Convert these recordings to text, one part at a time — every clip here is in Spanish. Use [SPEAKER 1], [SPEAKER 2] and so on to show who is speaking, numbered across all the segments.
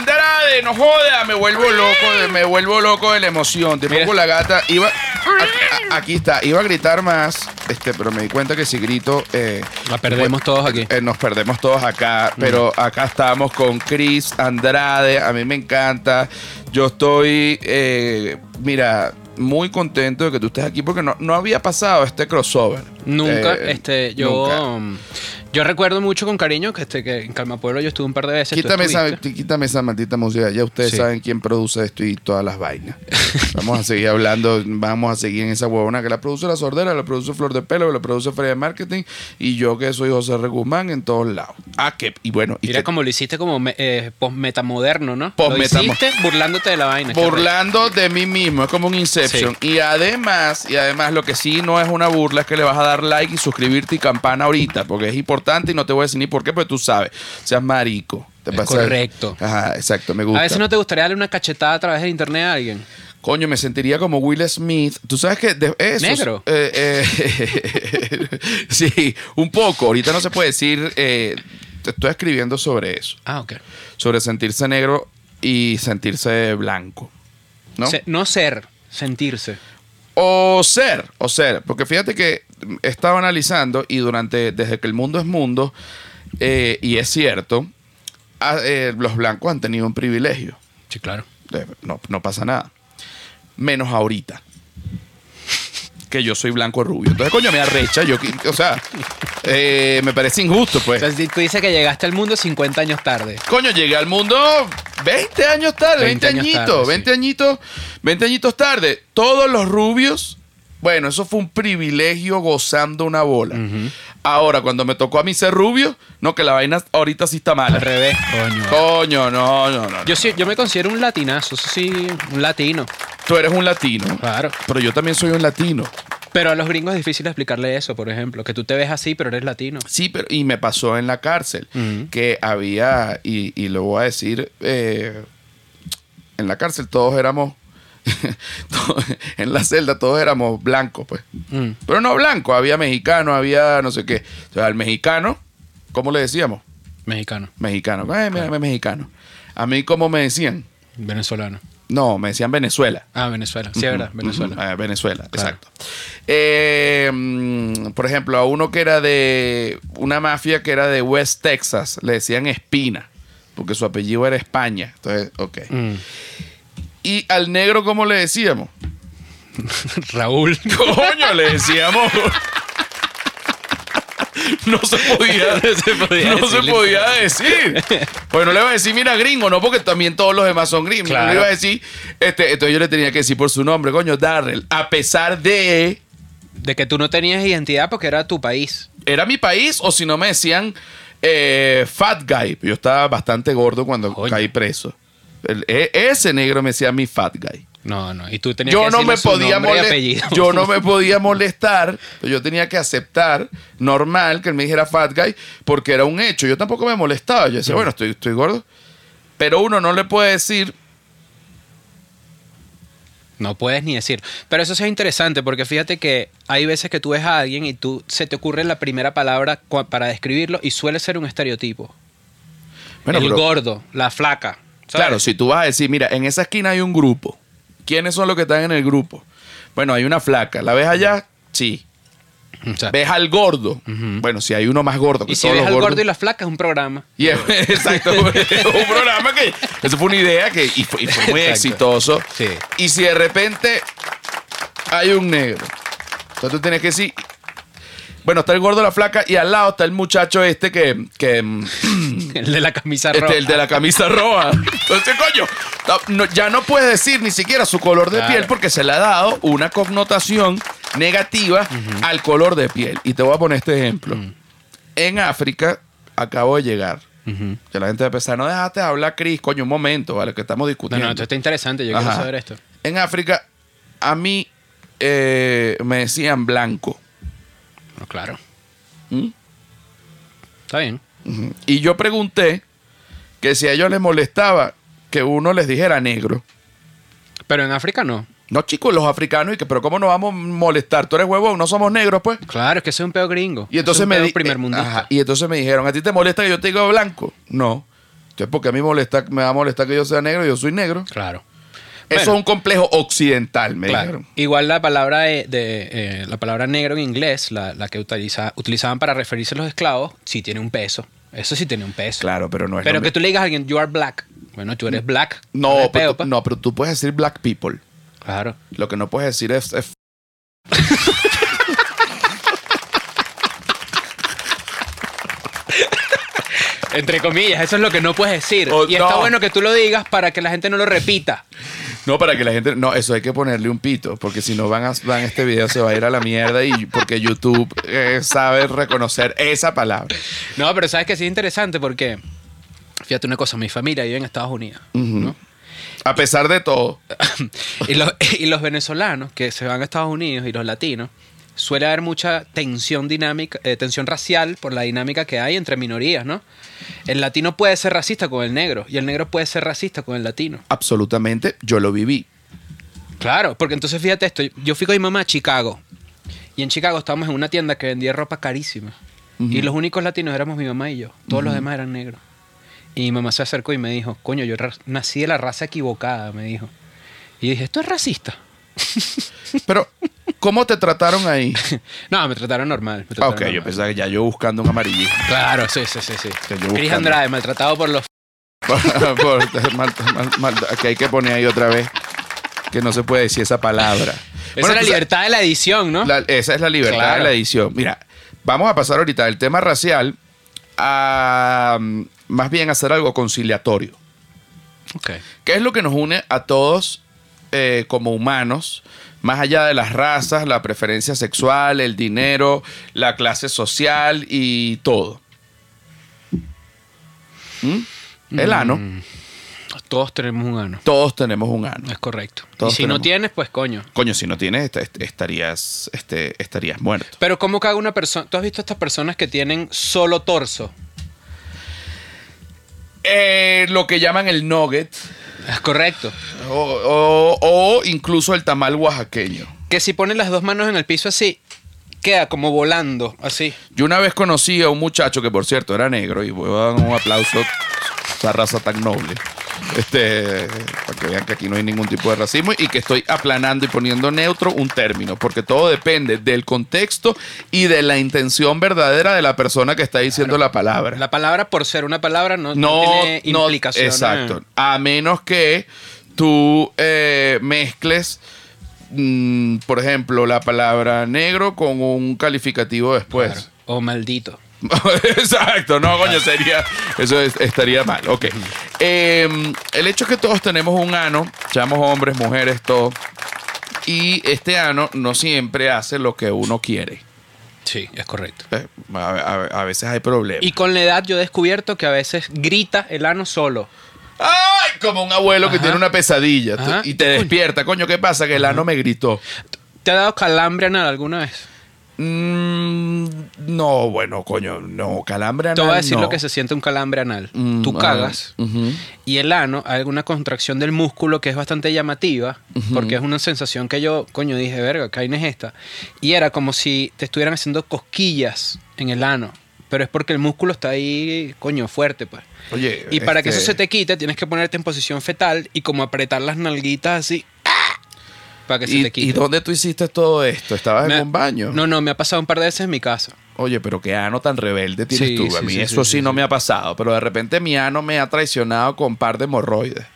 [SPEAKER 1] de no joda, me vuelvo loco, de- me vuelvo loco de la emoción. Te
[SPEAKER 2] Mira.
[SPEAKER 1] pongo la gata. Iba, a- a- aquí está, iba a gritar más, este, pero me di cuenta que si grito. eh,
[SPEAKER 2] La perdemos todos aquí.
[SPEAKER 1] eh, nos perdemos todos acá, pero acá estamos con Chris Andrade, a mí me encanta. Yo estoy, eh, mira, muy contento de que tú estés aquí porque no, no había pasado este crossover.
[SPEAKER 2] Nunca,
[SPEAKER 1] Eh,
[SPEAKER 2] este, yo,
[SPEAKER 1] nunca.
[SPEAKER 2] mm, yo recuerdo mucho con cariño que, este, que en Calma Pueblo yo estuve un par de veces. tú
[SPEAKER 1] Quítame esa,
[SPEAKER 2] estuviste.
[SPEAKER 1] tí- quítame esa maldita música, ya ustedes
[SPEAKER 2] Sí.
[SPEAKER 1] saben quién produce esto y todas las vainas. Vamos a seguir hablando, vamos a seguir en esa huevona que la produce La Sordera, la produce Flor de Pelo, la produce Feria de Marketing y yo que soy José R. Guzmán en todos lados. Ah, que, y bueno, y
[SPEAKER 2] Mira
[SPEAKER 1] que-
[SPEAKER 2] como lo hiciste como me- eh, post-metamoderno, ¿no? Lo
[SPEAKER 1] Post-metamo-
[SPEAKER 2] hiciste burlándote de la vaina. qué
[SPEAKER 1] burlando de mí mismo, es como un Inception. Y además, y además lo que sí no es una burla es que le vas a dar like y suscribirte y campana ahorita, porque es importante y no te voy a decir ni por qué, pero tú sabes, seas marico. Te
[SPEAKER 2] Es
[SPEAKER 1] pasa-
[SPEAKER 2] correcto.
[SPEAKER 1] Ajá, exacto, me
[SPEAKER 2] raro.
[SPEAKER 1] gusta.
[SPEAKER 2] A veces no te gustaría darle una cachetada a través de internet a alguien.
[SPEAKER 1] Coño, me sentiría como Will Smith. Tú sabes que de esos-
[SPEAKER 2] Negro.
[SPEAKER 1] eh, eh, sí, un poco. Ahorita no se puede decir. eh, te estoy escribiendo sobre eso,
[SPEAKER 2] Ah, ok.
[SPEAKER 1] sobre sentirse negro y sentirse blanco, ¿no?
[SPEAKER 2] Se- no ser, sentirse.
[SPEAKER 1] O ser, o ser. Porque fíjate que estaba analizando y durante, desde que el mundo es mundo, eh, y es cierto, a- eh, los blancos han tenido un privilegio.
[SPEAKER 2] Sí, claro.
[SPEAKER 1] Eh, No, no pasa nada. Menos ahorita. Que yo soy blanco rubio. Entonces, coño, me arrecha. Yo, qui- o sea, eh, me parece injusto,
[SPEAKER 2] O
[SPEAKER 1] pues.
[SPEAKER 2] sea, si tú dices que llegaste al mundo 50 años tarde.
[SPEAKER 1] Coño, llegué al mundo 20 años tarde, 20,
[SPEAKER 2] 20 años
[SPEAKER 1] añitos,
[SPEAKER 2] tarde, sí.
[SPEAKER 1] 20 añitos, 20 añitos tarde. Todos los rubios, bueno, eso fue un privilegio gozando una bola. Ahora, cuando me tocó a mí ser rubio, no, que la vaina ahorita sí está
[SPEAKER 2] Al
[SPEAKER 1] mala.
[SPEAKER 2] revés, coño.
[SPEAKER 1] Coño, no, no, no.
[SPEAKER 2] Yo, sí, yo me considero un latinazo, eso sí, un latino.
[SPEAKER 1] Tú eres un latino.
[SPEAKER 2] Claro.
[SPEAKER 1] Pero yo también soy un latino.
[SPEAKER 2] Pero a los gringos es difícil explicarle eso, por ejemplo, que tú te ves así, pero eres latino.
[SPEAKER 1] Sí, pero y me pasó en la cárcel
[SPEAKER 2] Ujú.
[SPEAKER 1] que había, y, y lo voy a decir, eh, en la cárcel todos éramos, todos- en la celda todos éramos blancos, pues.
[SPEAKER 2] Mm.
[SPEAKER 1] Pero no blancos, había mexicanos, había no sé qué. O sea, al mexicano, ¿cómo le decíamos?
[SPEAKER 2] Mexicano,
[SPEAKER 1] Mexicano, eh, mira, mexicano. A mí, ¿cómo me decían?
[SPEAKER 2] venezolano.
[SPEAKER 1] No, me decían Venezuela.
[SPEAKER 2] Ah, Venezuela. Sí, es verdad,
[SPEAKER 1] Ujú,
[SPEAKER 2] Venezuela.
[SPEAKER 1] ujú, ah, Venezuela,
[SPEAKER 2] Claro.
[SPEAKER 1] exacto. Eh, mm, por ejemplo, a uno que era de una mafia que era de West Texas, le decían Espina, porque su apellido era España. Entonces, ok.
[SPEAKER 2] Mm.
[SPEAKER 1] Y al negro, ¿cómo le decíamos?
[SPEAKER 2] Raúl.
[SPEAKER 1] Coño, le decíamos. No se podía,
[SPEAKER 2] No se podía
[SPEAKER 1] no se
[SPEAKER 2] decirle.
[SPEAKER 1] podía decir. Pues no le iba a decir, mira, gringo, no, porque también todos los demás son gringos. No
[SPEAKER 2] Claro.
[SPEAKER 1] le iba a decir, este, entonces yo le tenía que decir por su nombre, coño, Darrell. A pesar de,
[SPEAKER 2] De que tú no tenías identidad porque era tu país.
[SPEAKER 1] era mi país, o si no me decían eh, Fat Guy. Yo estaba bastante gordo cuando
[SPEAKER 2] Coño.
[SPEAKER 1] caí preso. El- e- ese negro me decía mi Fat Guy.
[SPEAKER 2] No, no. Y tú tenías
[SPEAKER 1] yo
[SPEAKER 2] que
[SPEAKER 1] no
[SPEAKER 2] decirle
[SPEAKER 1] me
[SPEAKER 2] su
[SPEAKER 1] podía
[SPEAKER 2] nombre y
[SPEAKER 1] molest-
[SPEAKER 2] apellido.
[SPEAKER 1] yo no me podía molestar yo tenía que aceptar normal que él me dijera fat guy porque era un hecho yo tampoco me molestaba yo decía bueno estoy, estoy gordo pero uno no le puede decir
[SPEAKER 2] No puedes ni decir. Pero eso sí es interesante porque fíjate que hay veces que tú ves a alguien y tú se te ocurre la primera palabra cua- para describirlo y suele ser un estereotipo.
[SPEAKER 1] bueno
[SPEAKER 2] el
[SPEAKER 1] pero-
[SPEAKER 2] gordo, la flaca. ¿sabes?
[SPEAKER 1] claro si tú vas a decir mira en esa esquina hay un grupo quiénes son los que están en el grupo bueno hay una flaca la ves allá sí
[SPEAKER 2] O sea,
[SPEAKER 1] ves al gordo bueno si hay uno más gordo que
[SPEAKER 2] y si
[SPEAKER 1] todos
[SPEAKER 2] ves
[SPEAKER 1] los
[SPEAKER 2] al gordo
[SPEAKER 1] gordos-
[SPEAKER 2] y la flaca es un programa.
[SPEAKER 1] Y es- exacto, un programa que. Eso fue una idea que. Y fue, y fue muy
[SPEAKER 2] Exacto.
[SPEAKER 1] exitoso.
[SPEAKER 2] Sí.
[SPEAKER 1] Y si de repente hay un negro. Entonces tú tienes que decir. Bueno, está el gordo, la flaca, y al lado está el muchacho este que. que, mm,
[SPEAKER 2] El de la camisa
[SPEAKER 1] este,
[SPEAKER 2] roja.
[SPEAKER 1] el de la camisa roja. Entonces, coño, no- ya no puedes decir ni siquiera su color de
[SPEAKER 2] Claro.
[SPEAKER 1] piel porque se le ha dado una connotación negativa al color de piel. Y te voy a poner este ejemplo.
[SPEAKER 2] Mm.
[SPEAKER 1] En África, acabo de llegar.
[SPEAKER 2] Ujú.
[SPEAKER 1] Que la gente va a pensar, no dejaste de hablar, Cris, coño, un momento, vale, que estamos
[SPEAKER 2] No,
[SPEAKER 1] discutiendo.
[SPEAKER 2] no, esto está interesante. Yo quiero
[SPEAKER 1] Ajá.
[SPEAKER 2] saber esto.
[SPEAKER 1] En África, a mí eh, me decían blanco.
[SPEAKER 2] No, claro.
[SPEAKER 1] ¿Mm?
[SPEAKER 2] Está bien.
[SPEAKER 1] Ujú. Y yo pregunté que si a ellos les molestaba que uno les dijera negro.
[SPEAKER 2] Pero en África no.
[SPEAKER 1] No, chicos, los africanos, y que, pero ¿cómo nos vamos a molestar? Tú eres huevón, no somos negros, pues.
[SPEAKER 2] Claro, es que ese es un peo gringo.
[SPEAKER 1] Y entonces
[SPEAKER 2] Ese es un
[SPEAKER 1] me
[SPEAKER 2] peo
[SPEAKER 1] di-
[SPEAKER 2] primer
[SPEAKER 1] eh, ajá, y entonces me dijeron, ¿a ti te molesta que yo te diga blanco? No. Entonces, Entonces, porque a mí molesta, me va a molestar que yo sea negro, yo soy negro.
[SPEAKER 2] Claro.
[SPEAKER 1] Eso es
[SPEAKER 2] Bueno.
[SPEAKER 1] un complejo occidental, me
[SPEAKER 2] Claro.
[SPEAKER 1] dijeron.
[SPEAKER 2] Igual la palabra de, de, eh, la palabra negro en inglés, la, la que utiliza- utilizaban para referirse a los esclavos, sí tiene un peso. Eso sí tiene un peso.
[SPEAKER 1] Claro, pero no es
[SPEAKER 2] Pero
[SPEAKER 1] lo
[SPEAKER 2] que
[SPEAKER 1] mismo.
[SPEAKER 2] tú le digas a alguien, you are black. Bueno, tú eres black.
[SPEAKER 1] No,
[SPEAKER 2] eres
[SPEAKER 1] pero,
[SPEAKER 2] peopa.
[SPEAKER 1] tú- no, pero tú puedes decir black people.
[SPEAKER 2] Claro.
[SPEAKER 1] Lo que no puedes decir es. es-
[SPEAKER 2] Entre comillas, eso es lo que no puedes decir.
[SPEAKER 1] Oh,
[SPEAKER 2] y está
[SPEAKER 1] no.
[SPEAKER 2] bueno que tú lo digas para que la gente no lo repita.
[SPEAKER 1] No, para que la gente. No, eso hay que ponerle un pito, porque si no van a van este video se va a ir a la mierda y porque YouTube eh, sabe reconocer esa palabra.
[SPEAKER 2] No, pero sabes que sí es interesante porque, fíjate una cosa, mi familia vive en Estados Unidos.
[SPEAKER 1] Mm.
[SPEAKER 2] ¿no?
[SPEAKER 1] A pesar de todo.
[SPEAKER 2] y, los, y los venezolanos que se van a Estados Unidos y los latinos, suele haber mucha tensión dinámica, eh, tensión racial por la dinámica que hay entre minorías, ¿no? El latino puede ser racista con el negro y el negro puede ser racista con el latino.
[SPEAKER 1] Absolutamente, yo lo viví.
[SPEAKER 2] Claro, porque entonces fíjate esto, yo fui con mi mamá a Chicago y en Chicago estábamos en una tienda que vendía ropa carísima y los únicos latinos éramos mi mamá y yo, todos los demás eran negros. Y mi mamá se acercó y me dijo, coño, yo ra- nací de la raza equivocada, me dijo. Y dije, esto es racista.
[SPEAKER 1] Pero, ¿cómo te trataron ahí?
[SPEAKER 2] No, me trataron normal. me
[SPEAKER 1] Ah,
[SPEAKER 2] trataron
[SPEAKER 1] ok, yo
[SPEAKER 2] normal.
[SPEAKER 1] pensaba que ya yo buscando un amarillo.
[SPEAKER 2] Claro, sí, sí, sí. sí.
[SPEAKER 1] Que yo
[SPEAKER 2] Cris
[SPEAKER 1] buscando.
[SPEAKER 2] Andrade, maltratado por los.
[SPEAKER 1] Por- por- mal- mal- mal- que hay que poner ahí otra vez que no se puede decir esa palabra.
[SPEAKER 2] Esa
[SPEAKER 1] Bueno, tú
[SPEAKER 2] es la
[SPEAKER 1] sabes-
[SPEAKER 2] libertad de la edición, ¿no?
[SPEAKER 1] La- esa es la libertad
[SPEAKER 2] Claro.
[SPEAKER 1] de la edición. Mira, vamos a pasar ahorita del tema racial a mm, más bien hacer algo conciliatorio.
[SPEAKER 2] Ok.
[SPEAKER 1] ¿Qué es lo que nos une a todos eh, como humanos? Más allá de las razas, la preferencia sexual, el dinero, la clase social y todo. ¿Mm? El ano.
[SPEAKER 2] Todos tenemos un ano.
[SPEAKER 1] Todos tenemos un ano.
[SPEAKER 2] Es correcto.
[SPEAKER 1] Todos
[SPEAKER 2] y si
[SPEAKER 1] tenemos.
[SPEAKER 2] no tienes, pues coño.
[SPEAKER 1] Coño, si no tienes, est- est- estarías, este, estarías muerto.
[SPEAKER 2] Pero ¿cómo caga una persona? ¿Tú has visto estas personas que tienen solo torso?
[SPEAKER 1] Eh, lo que llaman el nugget
[SPEAKER 2] Es correcto.
[SPEAKER 1] o, o- o incluso el tamal oaxaqueño.
[SPEAKER 2] Que si ponen las dos manos en el piso así, queda como volando, así.
[SPEAKER 1] Yo una vez conocí a un muchacho que, por cierto, era negro, y voy a dar un aplauso a esa raza tan noble. Este, para que vean que aquí no hay ningún tipo de racismo y que estoy aplanando y poniendo neutro un término, porque todo depende del contexto y de la intención verdadera de la persona que está diciendo la palabra.
[SPEAKER 2] La palabra por ser una palabra no, no
[SPEAKER 1] no,
[SPEAKER 2] tiene
[SPEAKER 1] no,
[SPEAKER 2] implicación.
[SPEAKER 1] Exacto. A menos que tú eh, mezcles, mm, por ejemplo, la palabra negro con un calificativo después.
[SPEAKER 2] O maldito.
[SPEAKER 1] exacto, no, coño, sería. Eso es- estaría mal. Ok. Eh, el hecho es que todos tenemos un ano, chamos hombres, mujeres, todo. Y este ano no siempre hace lo que uno quiere.
[SPEAKER 2] Sí, es correcto.
[SPEAKER 1] Eh, A, a- a veces hay problemas.
[SPEAKER 2] Y con la edad yo he descubierto que a veces grita el ano solo.
[SPEAKER 1] ¡Ay! Como un abuelo que
[SPEAKER 2] Ajá.
[SPEAKER 1] tiene una pesadilla tú-
[SPEAKER 2] Ajá.
[SPEAKER 1] y te despierta. Coño, ¿qué pasa? Que el ano me gritó.
[SPEAKER 2] ¿Te ha dado calambre anal alguna vez?
[SPEAKER 1] Mm, no, bueno, coño, no. Calambra
[SPEAKER 2] Te voy a decir
[SPEAKER 1] no.
[SPEAKER 2] lo que se siente un calambre anal.
[SPEAKER 1] Mm,
[SPEAKER 2] Tú
[SPEAKER 1] ah,
[SPEAKER 2] cagas
[SPEAKER 1] ujú.
[SPEAKER 2] y el ano, hay alguna contracción del músculo que es bastante llamativa, porque es una sensación que yo, coño, dije, verga, ¿qué vaina es esta? Y era como si te estuvieran haciendo cosquillas en el ano, pero es porque el músculo está ahí, coño, fuerte, pues.
[SPEAKER 1] Oye.
[SPEAKER 2] Y para que eso
[SPEAKER 1] este,
[SPEAKER 2] se te quite, tienes que ponerte en posición fetal y como apretar las nalguitas así. ¡ah! Para que se
[SPEAKER 1] ¿Y,
[SPEAKER 2] te quite.
[SPEAKER 1] y dónde tú hiciste todo esto? ¿Estabas
[SPEAKER 2] Me
[SPEAKER 1] en
[SPEAKER 2] ha-
[SPEAKER 1] un baño?
[SPEAKER 2] No, no, me ha pasado un par de veces en mi casa.
[SPEAKER 1] Oye, pero qué ano tan rebelde tienes
[SPEAKER 2] Sí,
[SPEAKER 1] tú. A
[SPEAKER 2] sí,
[SPEAKER 1] mí
[SPEAKER 2] sí,
[SPEAKER 1] eso
[SPEAKER 2] sí,
[SPEAKER 1] sí,
[SPEAKER 2] sí,
[SPEAKER 1] no
[SPEAKER 2] sí.
[SPEAKER 1] me ha pasado, pero de repente mi ano me ha traicionado con par de hemorroides.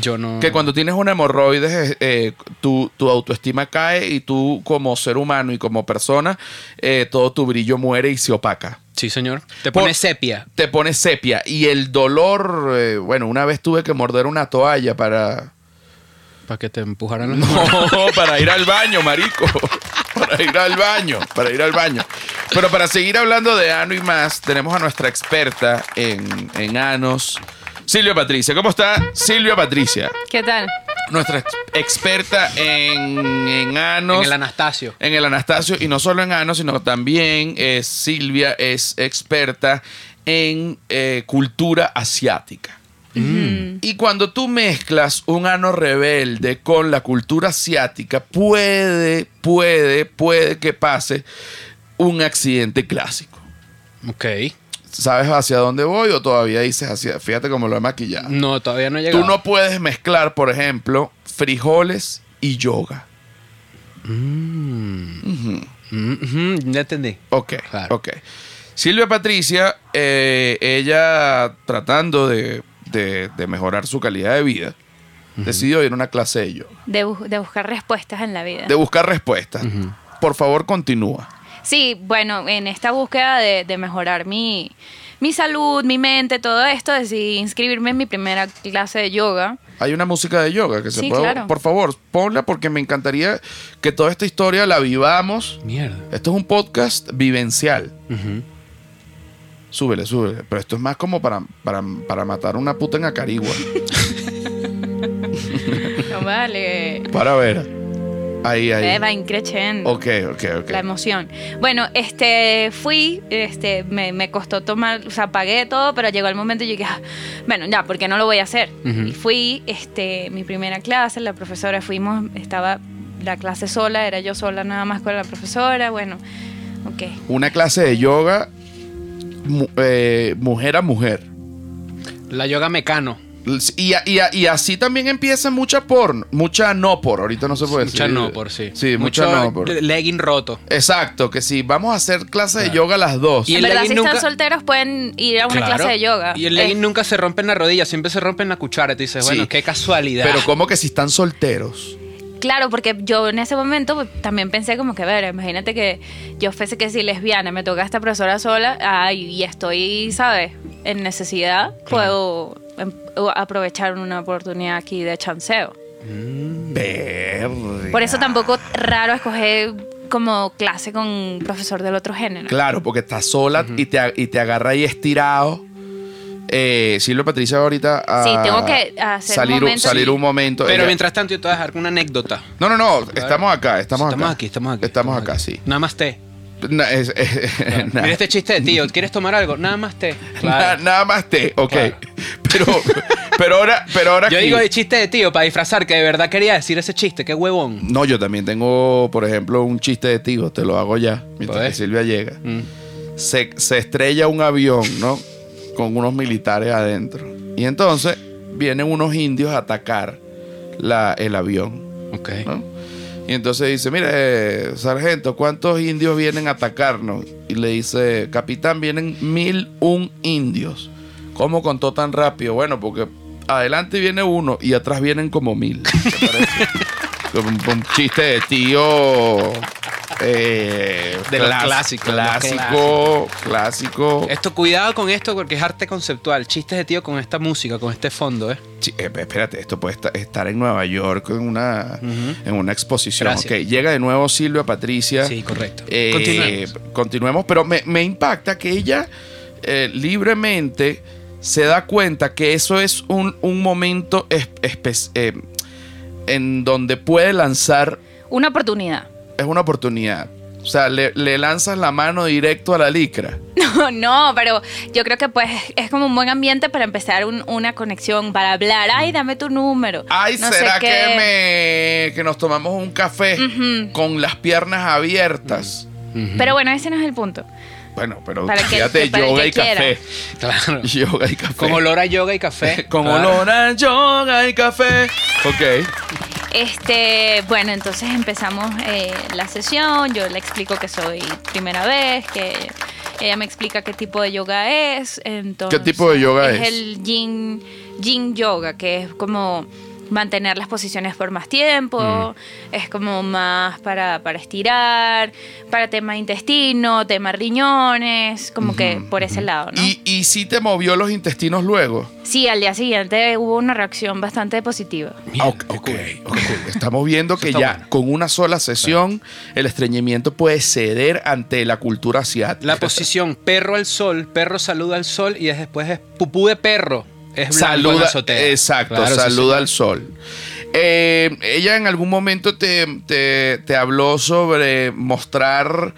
[SPEAKER 2] Yo no.
[SPEAKER 1] Que cuando tienes un hemorroides, eh, eh, tu, tu autoestima cae y tú como ser humano y como persona, eh, todo tu brillo muere y se opaca.
[SPEAKER 2] Sí, señor. Te
[SPEAKER 1] Por-
[SPEAKER 2] pone sepia.
[SPEAKER 1] Te pones sepia y el dolor, eh, bueno, una vez tuve que morder una toalla para...
[SPEAKER 2] Para que te empujaran los
[SPEAKER 1] No, para ir al baño, marico. Para ir al baño, para ir al baño. Pero para seguir hablando de ano y más, tenemos a nuestra experta en, en anos, Silvia Patricia. ¿Cómo está Silvia Patricia?
[SPEAKER 3] ¿Qué tal?
[SPEAKER 1] Nuestra ex- experta en, en anos.
[SPEAKER 2] En el Anastasio.
[SPEAKER 1] en el Anastasio, y no solo en anos, sino también eh, Silvia es experta en eh, cultura asiática. Y cuando tú mezclas un ano rebelde con la cultura asiática, puede, puede, puede que pase un accidente clásico.
[SPEAKER 2] Ok.
[SPEAKER 1] ¿Sabes hacia dónde voy o todavía dices hacia... Fíjate cómo lo he maquillado.
[SPEAKER 2] No, todavía no he llegado.
[SPEAKER 1] Tú no puedes mezclar, por ejemplo, frijoles y yoga.
[SPEAKER 2] Mm, ujú, ya entendí.
[SPEAKER 1] Ok,
[SPEAKER 2] Claro.
[SPEAKER 1] ok. Silvia Patricia, eh, ella tratando de, de- de mejorar su calidad de vida, decidió ir a una clase de yoga,
[SPEAKER 3] De, bus- de buscar respuestas en la vida.
[SPEAKER 1] de buscar respuestas. Por favor, continúa.
[SPEAKER 3] Sí, bueno, en esta búsqueda de, de mejorar mi, mi salud, mi mente, todo esto, decidí inscribirme en mi primera clase de yoga.
[SPEAKER 1] Hay una música de yoga que se
[SPEAKER 3] Sí,
[SPEAKER 1] puede...
[SPEAKER 3] claro.
[SPEAKER 1] Por favor, ponla porque me encantaría que toda esta historia la vivamos.
[SPEAKER 2] Mierda.
[SPEAKER 1] Esto es un podcast vivencial.
[SPEAKER 2] Ujú.
[SPEAKER 1] Súbele, súbele. Pero esto es más como para, para, para matar una puta en Acarigua.
[SPEAKER 3] No vale.
[SPEAKER 1] para ver. Ahí, ahí.
[SPEAKER 3] Eh, Va increciendo.
[SPEAKER 1] Ok, ok, ok.
[SPEAKER 3] La emoción. Bueno, este, fui, este, me, me costó tomar, o sea, pagué todo, pero llegó el momento y yo dije, "Ah, bueno, ya, porque no lo voy a hacer.
[SPEAKER 2] Ujú.
[SPEAKER 3] Y fui, este, mi primera clase, la profesora, fuimos, estaba la clase sola, era yo sola nada más con la profesora, bueno, ok.
[SPEAKER 1] una clase de yoga mu- eh, mujer a mujer.
[SPEAKER 2] La yoga mecano.
[SPEAKER 1] Y, a- y a- y así también empieza mucha porno, mucha no por, ahorita no se puede
[SPEAKER 2] Mucha
[SPEAKER 1] decir.
[SPEAKER 2] no por sí.
[SPEAKER 1] Pues Sí, mucha
[SPEAKER 2] Mucho
[SPEAKER 1] no por.
[SPEAKER 2] Legging roto.
[SPEAKER 1] Exacto, que sí, vamos a hacer clase de
[SPEAKER 2] Claro.
[SPEAKER 1] yoga las dos.
[SPEAKER 2] Y
[SPEAKER 3] en
[SPEAKER 2] el
[SPEAKER 3] verdad, si
[SPEAKER 2] legging nunca-
[SPEAKER 3] están solteros, pueden ir a una
[SPEAKER 2] Claro.
[SPEAKER 3] clase de yoga.
[SPEAKER 2] Y el
[SPEAKER 3] Eh,
[SPEAKER 2] legging nunca se rompe en la rodilla, siempre se rompe en la cuchara. Te dices,
[SPEAKER 1] Sí.
[SPEAKER 2] bueno, qué casualidad.
[SPEAKER 1] Pero como que si están solteros.
[SPEAKER 3] Claro, porque yo en ese momento pues, también pensé como que, ver, imagínate que yo fuese que si lesbiana, me toca esta profesora sola, ay, y estoy, ¿sabes? En necesidad, puedo em, o aprovechar una oportunidad aquí de chanceo.
[SPEAKER 1] Verga.
[SPEAKER 3] Por eso tampoco raro escoger como clase con un profesor del otro género.
[SPEAKER 1] Claro, porque estás sola y, te, a- y te agarra ahí estirado. Eh, Silvia Patricia ahorita a
[SPEAKER 3] Sí, tengo que hacer un
[SPEAKER 1] salir,
[SPEAKER 3] momento.
[SPEAKER 1] salir un momento.
[SPEAKER 2] Pero
[SPEAKER 1] Ella-
[SPEAKER 2] mientras tanto, yo te voy a dejar con una anécdota.
[SPEAKER 1] No, no, no, estamos acá, estamos,
[SPEAKER 2] Estamos
[SPEAKER 1] acá.
[SPEAKER 2] aquí, estamos aquí.
[SPEAKER 1] Estamos acá, sí.
[SPEAKER 2] Nada más té.
[SPEAKER 1] Na- es- es- na-
[SPEAKER 2] Mira este chiste de tío. ¿Quieres tomar algo? Nada más té.
[SPEAKER 1] na-
[SPEAKER 2] Claro.
[SPEAKER 1] nada más te, ok.
[SPEAKER 2] Claro.
[SPEAKER 1] Pero, pero ahora, pero ahora
[SPEAKER 2] Yo
[SPEAKER 1] aquí-
[SPEAKER 2] digo el chiste de tío para disfrazar que de verdad quería decir ese chiste. Qué huevón.
[SPEAKER 1] No, yo también tengo, por ejemplo, un chiste de tío, te lo hago ya, mientras
[SPEAKER 2] Joder.
[SPEAKER 1] que Silvia llega.
[SPEAKER 2] Mm.
[SPEAKER 1] Se, se estrella un avión, ¿no? Con unos militares adentro. Y entonces vienen unos indios a atacar la- el avión,
[SPEAKER 2] Ok.
[SPEAKER 1] ¿no? Y entonces dice, mire, eh, sargento, ¿cuántos indios vienen a atacarnos? Y le dice, capitán, vienen mil un indios. ¿Cómo contó tan rápido? Bueno, porque adelante viene uno y atrás vienen como mil. ¿Te parece? Como un, un chiste de tío... eh,
[SPEAKER 2] De los
[SPEAKER 1] clas-
[SPEAKER 2] clásicos, los
[SPEAKER 1] Clásico, clásico.
[SPEAKER 2] Esto, cuidado con esto porque es arte conceptual. Chistes de tío con esta música, con este fondo, ¿eh?
[SPEAKER 1] Sí, eh, espérate, esto puede esta- estar en Nueva York en una,
[SPEAKER 2] Ujú.
[SPEAKER 1] en una exposición.
[SPEAKER 2] Gracias.
[SPEAKER 1] Ok, llega de nuevo Silvia Patricia.
[SPEAKER 2] Sí, correcto.
[SPEAKER 1] Eh,
[SPEAKER 2] Continuemos.
[SPEAKER 1] continuemos, pero me, me impacta que ella eh, libremente se da cuenta que eso es un, un momento es- espe- eh, en donde puede lanzar,
[SPEAKER 3] Una oportunidad.
[SPEAKER 1] es una oportunidad. O sea, le, le lanzas la mano directo a la licra.
[SPEAKER 3] No, no, pero yo creo que pues es como un buen ambiente para empezar un- una conexión, para hablar. Ay, dame tu número.
[SPEAKER 1] Ay,
[SPEAKER 3] No sé
[SPEAKER 1] ¿será que,
[SPEAKER 3] qué.
[SPEAKER 1] me- que nos tomamos un café con las piernas abiertas?
[SPEAKER 3] Pero bueno, ese no es el punto.
[SPEAKER 1] Bueno, pero
[SPEAKER 3] Para que-
[SPEAKER 1] fíjate,
[SPEAKER 3] para el
[SPEAKER 1] yoga
[SPEAKER 3] que
[SPEAKER 1] y café.
[SPEAKER 2] Claro.
[SPEAKER 1] Yoga y café.
[SPEAKER 2] Con olor a yoga y café.
[SPEAKER 1] Con
[SPEAKER 2] Claro.
[SPEAKER 1] olor a yoga y café. Ok.
[SPEAKER 3] Este, bueno, entonces empezamos eh, la sesión. Yo le explico que soy primera vez, que ella me explica qué tipo de yoga es. Entonces,
[SPEAKER 1] ¿Qué tipo de yoga es?
[SPEAKER 3] el yin, yin yoga, que es como mantener las posiciones por más tiempo,
[SPEAKER 1] Mm.
[SPEAKER 3] es como más para, para estirar, para tema intestino, tema riñones, como que por ese lado, ¿no?
[SPEAKER 1] Y, y sí te movió los intestinos luego.
[SPEAKER 3] sí, al día siguiente hubo una reacción bastante positiva.
[SPEAKER 2] Mierda,
[SPEAKER 1] ok,
[SPEAKER 2] qué
[SPEAKER 1] ok,
[SPEAKER 2] cool.
[SPEAKER 1] ok. Estamos viendo que
[SPEAKER 2] está
[SPEAKER 1] ya
[SPEAKER 2] bueno.
[SPEAKER 1] con una sola sesión el estreñimiento puede ceder ante la cultura asiática.
[SPEAKER 2] La posición perro al sol, perro saluda al sol y es- después es pupú de perro. Es blanco en la
[SPEAKER 1] Saluda,
[SPEAKER 2] azotea.
[SPEAKER 1] exacto,
[SPEAKER 2] Claro, sí,
[SPEAKER 1] saluda
[SPEAKER 2] sí.
[SPEAKER 1] al sol. Eh, ella en algún momento te, te- te habló sobre mostrar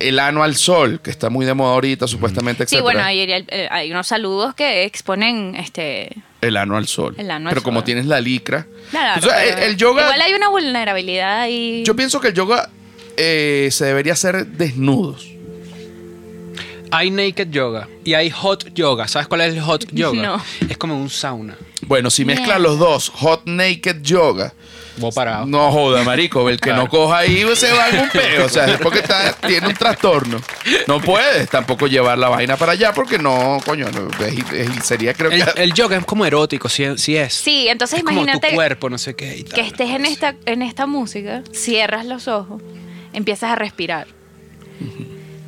[SPEAKER 1] el ano al sol, que está muy de moda ahorita, supuestamente,
[SPEAKER 3] Sí,
[SPEAKER 1] etcétera.
[SPEAKER 3] bueno, hay, eh, hay unos saludos que exponen este
[SPEAKER 1] El ano al sol.
[SPEAKER 3] El ano al
[SPEAKER 1] pero como
[SPEAKER 3] sol.
[SPEAKER 1] tienes la licra.
[SPEAKER 3] Claro,
[SPEAKER 1] O sea, el,
[SPEAKER 3] pero
[SPEAKER 1] el yoga.
[SPEAKER 3] Igual hay una vulnerabilidad ahí.
[SPEAKER 1] Yo pienso que el yoga eh, se debería hacer desnudos.
[SPEAKER 2] Hay naked yoga y hay hot yoga. ¿Sabes cuál es el hot yoga?
[SPEAKER 3] No.
[SPEAKER 2] Es como un sauna.
[SPEAKER 1] Bueno, si mezclas los dos, hot naked yoga.
[SPEAKER 2] Vos parado.
[SPEAKER 1] No joda, marico. El que
[SPEAKER 2] Claro.
[SPEAKER 1] no coja ahí se va en un peo. O sea, es porque está- tiene un trastorno. No puedes tampoco llevar la vaina para allá porque no, coño, no, es- es- sería creo
[SPEAKER 2] El,
[SPEAKER 1] que.
[SPEAKER 2] el yoga es como erótico, sí, sí es.
[SPEAKER 3] Sí, entonces
[SPEAKER 2] Es como
[SPEAKER 3] imagínate
[SPEAKER 2] tu cuerpo, no sé qué. y tal,
[SPEAKER 3] que estés en
[SPEAKER 2] no sé.
[SPEAKER 3] esta, en esta música, cierras los ojos, empiezas a respirar.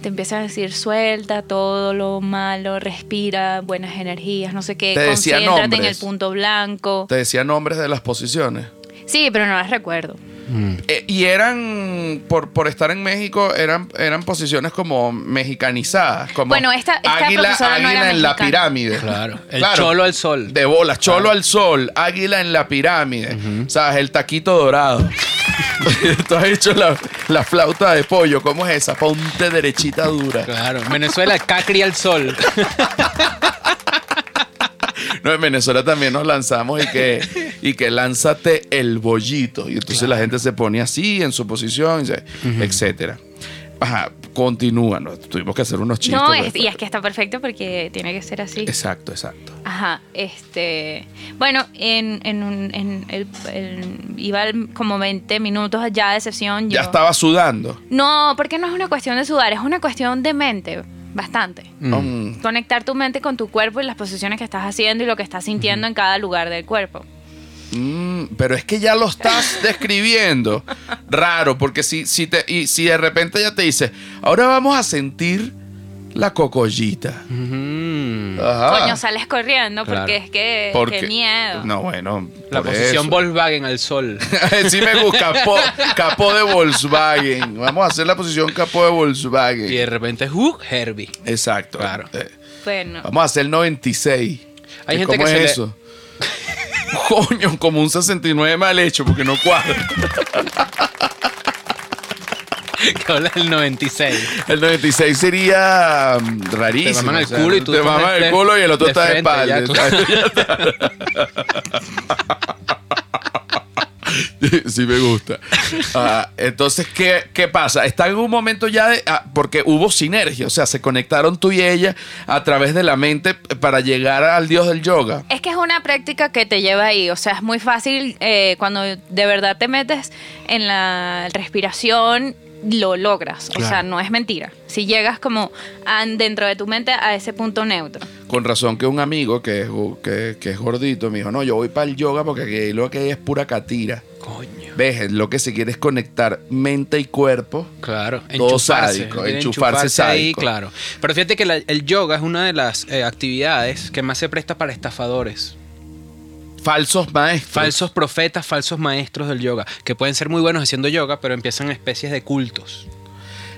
[SPEAKER 3] Te empiezan a decir, suelta todo lo malo, respira, buenas energías, no sé qué,
[SPEAKER 1] Te decía
[SPEAKER 3] concéntrate en el
[SPEAKER 1] nombres.
[SPEAKER 3] punto blanco.
[SPEAKER 1] Te decía nombres de las posiciones.
[SPEAKER 3] Sí, pero no las recuerdo.
[SPEAKER 2] Mm,
[SPEAKER 1] Eh, y eran, por, por estar en México, eran, eran posiciones como mexicanizadas. Como
[SPEAKER 3] Bueno, esta- esta
[SPEAKER 1] águila,
[SPEAKER 3] profesora no
[SPEAKER 1] águila
[SPEAKER 3] era
[SPEAKER 1] en la
[SPEAKER 3] mexicana.
[SPEAKER 1] pirámide.
[SPEAKER 2] Claro, el cholo al sol.
[SPEAKER 1] De bola, cholo al sol, águila en la pirámide. ¿Sabes? El taquito dorado. Tú has hecho la, la flauta de pollo. ¿Cómo es esa? Ponte derechita dura.
[SPEAKER 2] Claro, Venezuela, Cacri al sol.
[SPEAKER 1] No, en Venezuela también nos lanzamos y que, y que lánzate el bollito. Y entonces la gente se pone así en su posición, y se- etcétera. Ajá, continúa. ¿no? Tuvimos que hacer unos chistes.
[SPEAKER 3] no,
[SPEAKER 1] pero-
[SPEAKER 3] es- y es que está perfecto porque tiene que ser así.
[SPEAKER 1] Exacto, exacto.
[SPEAKER 3] Ajá, este. Bueno, en, en un- en el, el- iba el- como 20 minutos ya de sesión.
[SPEAKER 1] Ya
[SPEAKER 3] yo-
[SPEAKER 1] estaba sudando.
[SPEAKER 3] No, porque no es una cuestión de sudar, es una cuestión de mente, bastante.
[SPEAKER 1] Mm.
[SPEAKER 3] Conectar tu mente con tu cuerpo y las posiciones que estás haciendo y lo que estás sintiendo en cada lugar del cuerpo.
[SPEAKER 1] Mm, pero es que ya lo estás describiendo. Raro, porque si, si, te, y si de repente ya te dice, ahora vamos a sentir la cocollita.
[SPEAKER 2] Mm.
[SPEAKER 1] Ajá.
[SPEAKER 3] Coño, sales corriendo porque
[SPEAKER 2] Claro.
[SPEAKER 3] es que.
[SPEAKER 1] Ah. Porque-
[SPEAKER 3] qué miedo.
[SPEAKER 1] No, bueno.
[SPEAKER 2] La
[SPEAKER 1] por
[SPEAKER 2] posición
[SPEAKER 1] eso.
[SPEAKER 2] Volkswagen al sol.
[SPEAKER 1] sí me gusta. Capó, capó de Volkswagen. Vamos a hacer la posición capó de Volkswagen.
[SPEAKER 2] Y de repente, uh, Herbie.
[SPEAKER 1] Exacto.
[SPEAKER 2] Claro.
[SPEAKER 1] Eh,
[SPEAKER 3] Bueno.
[SPEAKER 1] vamos a hacer 96.
[SPEAKER 2] Hay
[SPEAKER 1] ¿Y
[SPEAKER 2] gente
[SPEAKER 1] Eh, ¿Cómo
[SPEAKER 2] que
[SPEAKER 1] es
[SPEAKER 2] se le-
[SPEAKER 1] eso? Coño, como un 69 mal hecho porque no cuadra.
[SPEAKER 2] Que habla del 96.
[SPEAKER 1] El 96 sería mm, rarísimo.
[SPEAKER 2] Te maman el
[SPEAKER 1] o sea,
[SPEAKER 2] culo y tú
[SPEAKER 1] Te
[SPEAKER 2] estás
[SPEAKER 1] maman
[SPEAKER 2] de-
[SPEAKER 1] el culo y el otro
[SPEAKER 2] de
[SPEAKER 1] está de
[SPEAKER 2] frente,
[SPEAKER 1] espalda.
[SPEAKER 2] ya, claro.
[SPEAKER 1] sí me gusta. Ah, entonces, ¿qué, qué pasa? Está en un momento ya de... ah, porque hubo sinergia, o sea, se conectaron tú y ella a través de la mente para llegar al dios del yoga.
[SPEAKER 3] Es que es una práctica que te lleva ahí, o sea, es muy fácil eh, cuando de verdad te metes en la respiración, lo logras, o
[SPEAKER 2] Claro.
[SPEAKER 3] sea, no es mentira. Si llegas como a- dentro de tu mente a ese punto neutro.
[SPEAKER 1] Con razón que un amigo que es, go- que, que es gordito me dijo, no, yo voy para el yoga porque aquí lo que hay es pura catira.
[SPEAKER 2] Coño.
[SPEAKER 1] Ves, lo que se quiere es conectar mente y cuerpo.
[SPEAKER 2] Claro,
[SPEAKER 1] Todo sádico,
[SPEAKER 2] tiene que
[SPEAKER 1] enchufarse
[SPEAKER 2] ahí,
[SPEAKER 1] sádico.
[SPEAKER 2] claro. Pero fíjate que la- el yoga es una de las eh, actividades que más se presta para estafadores.
[SPEAKER 1] Falsos maestros.
[SPEAKER 2] Falsos profetas, falsos maestros del yoga, que pueden ser muy buenos haciendo yoga, pero empiezan especies de cultos.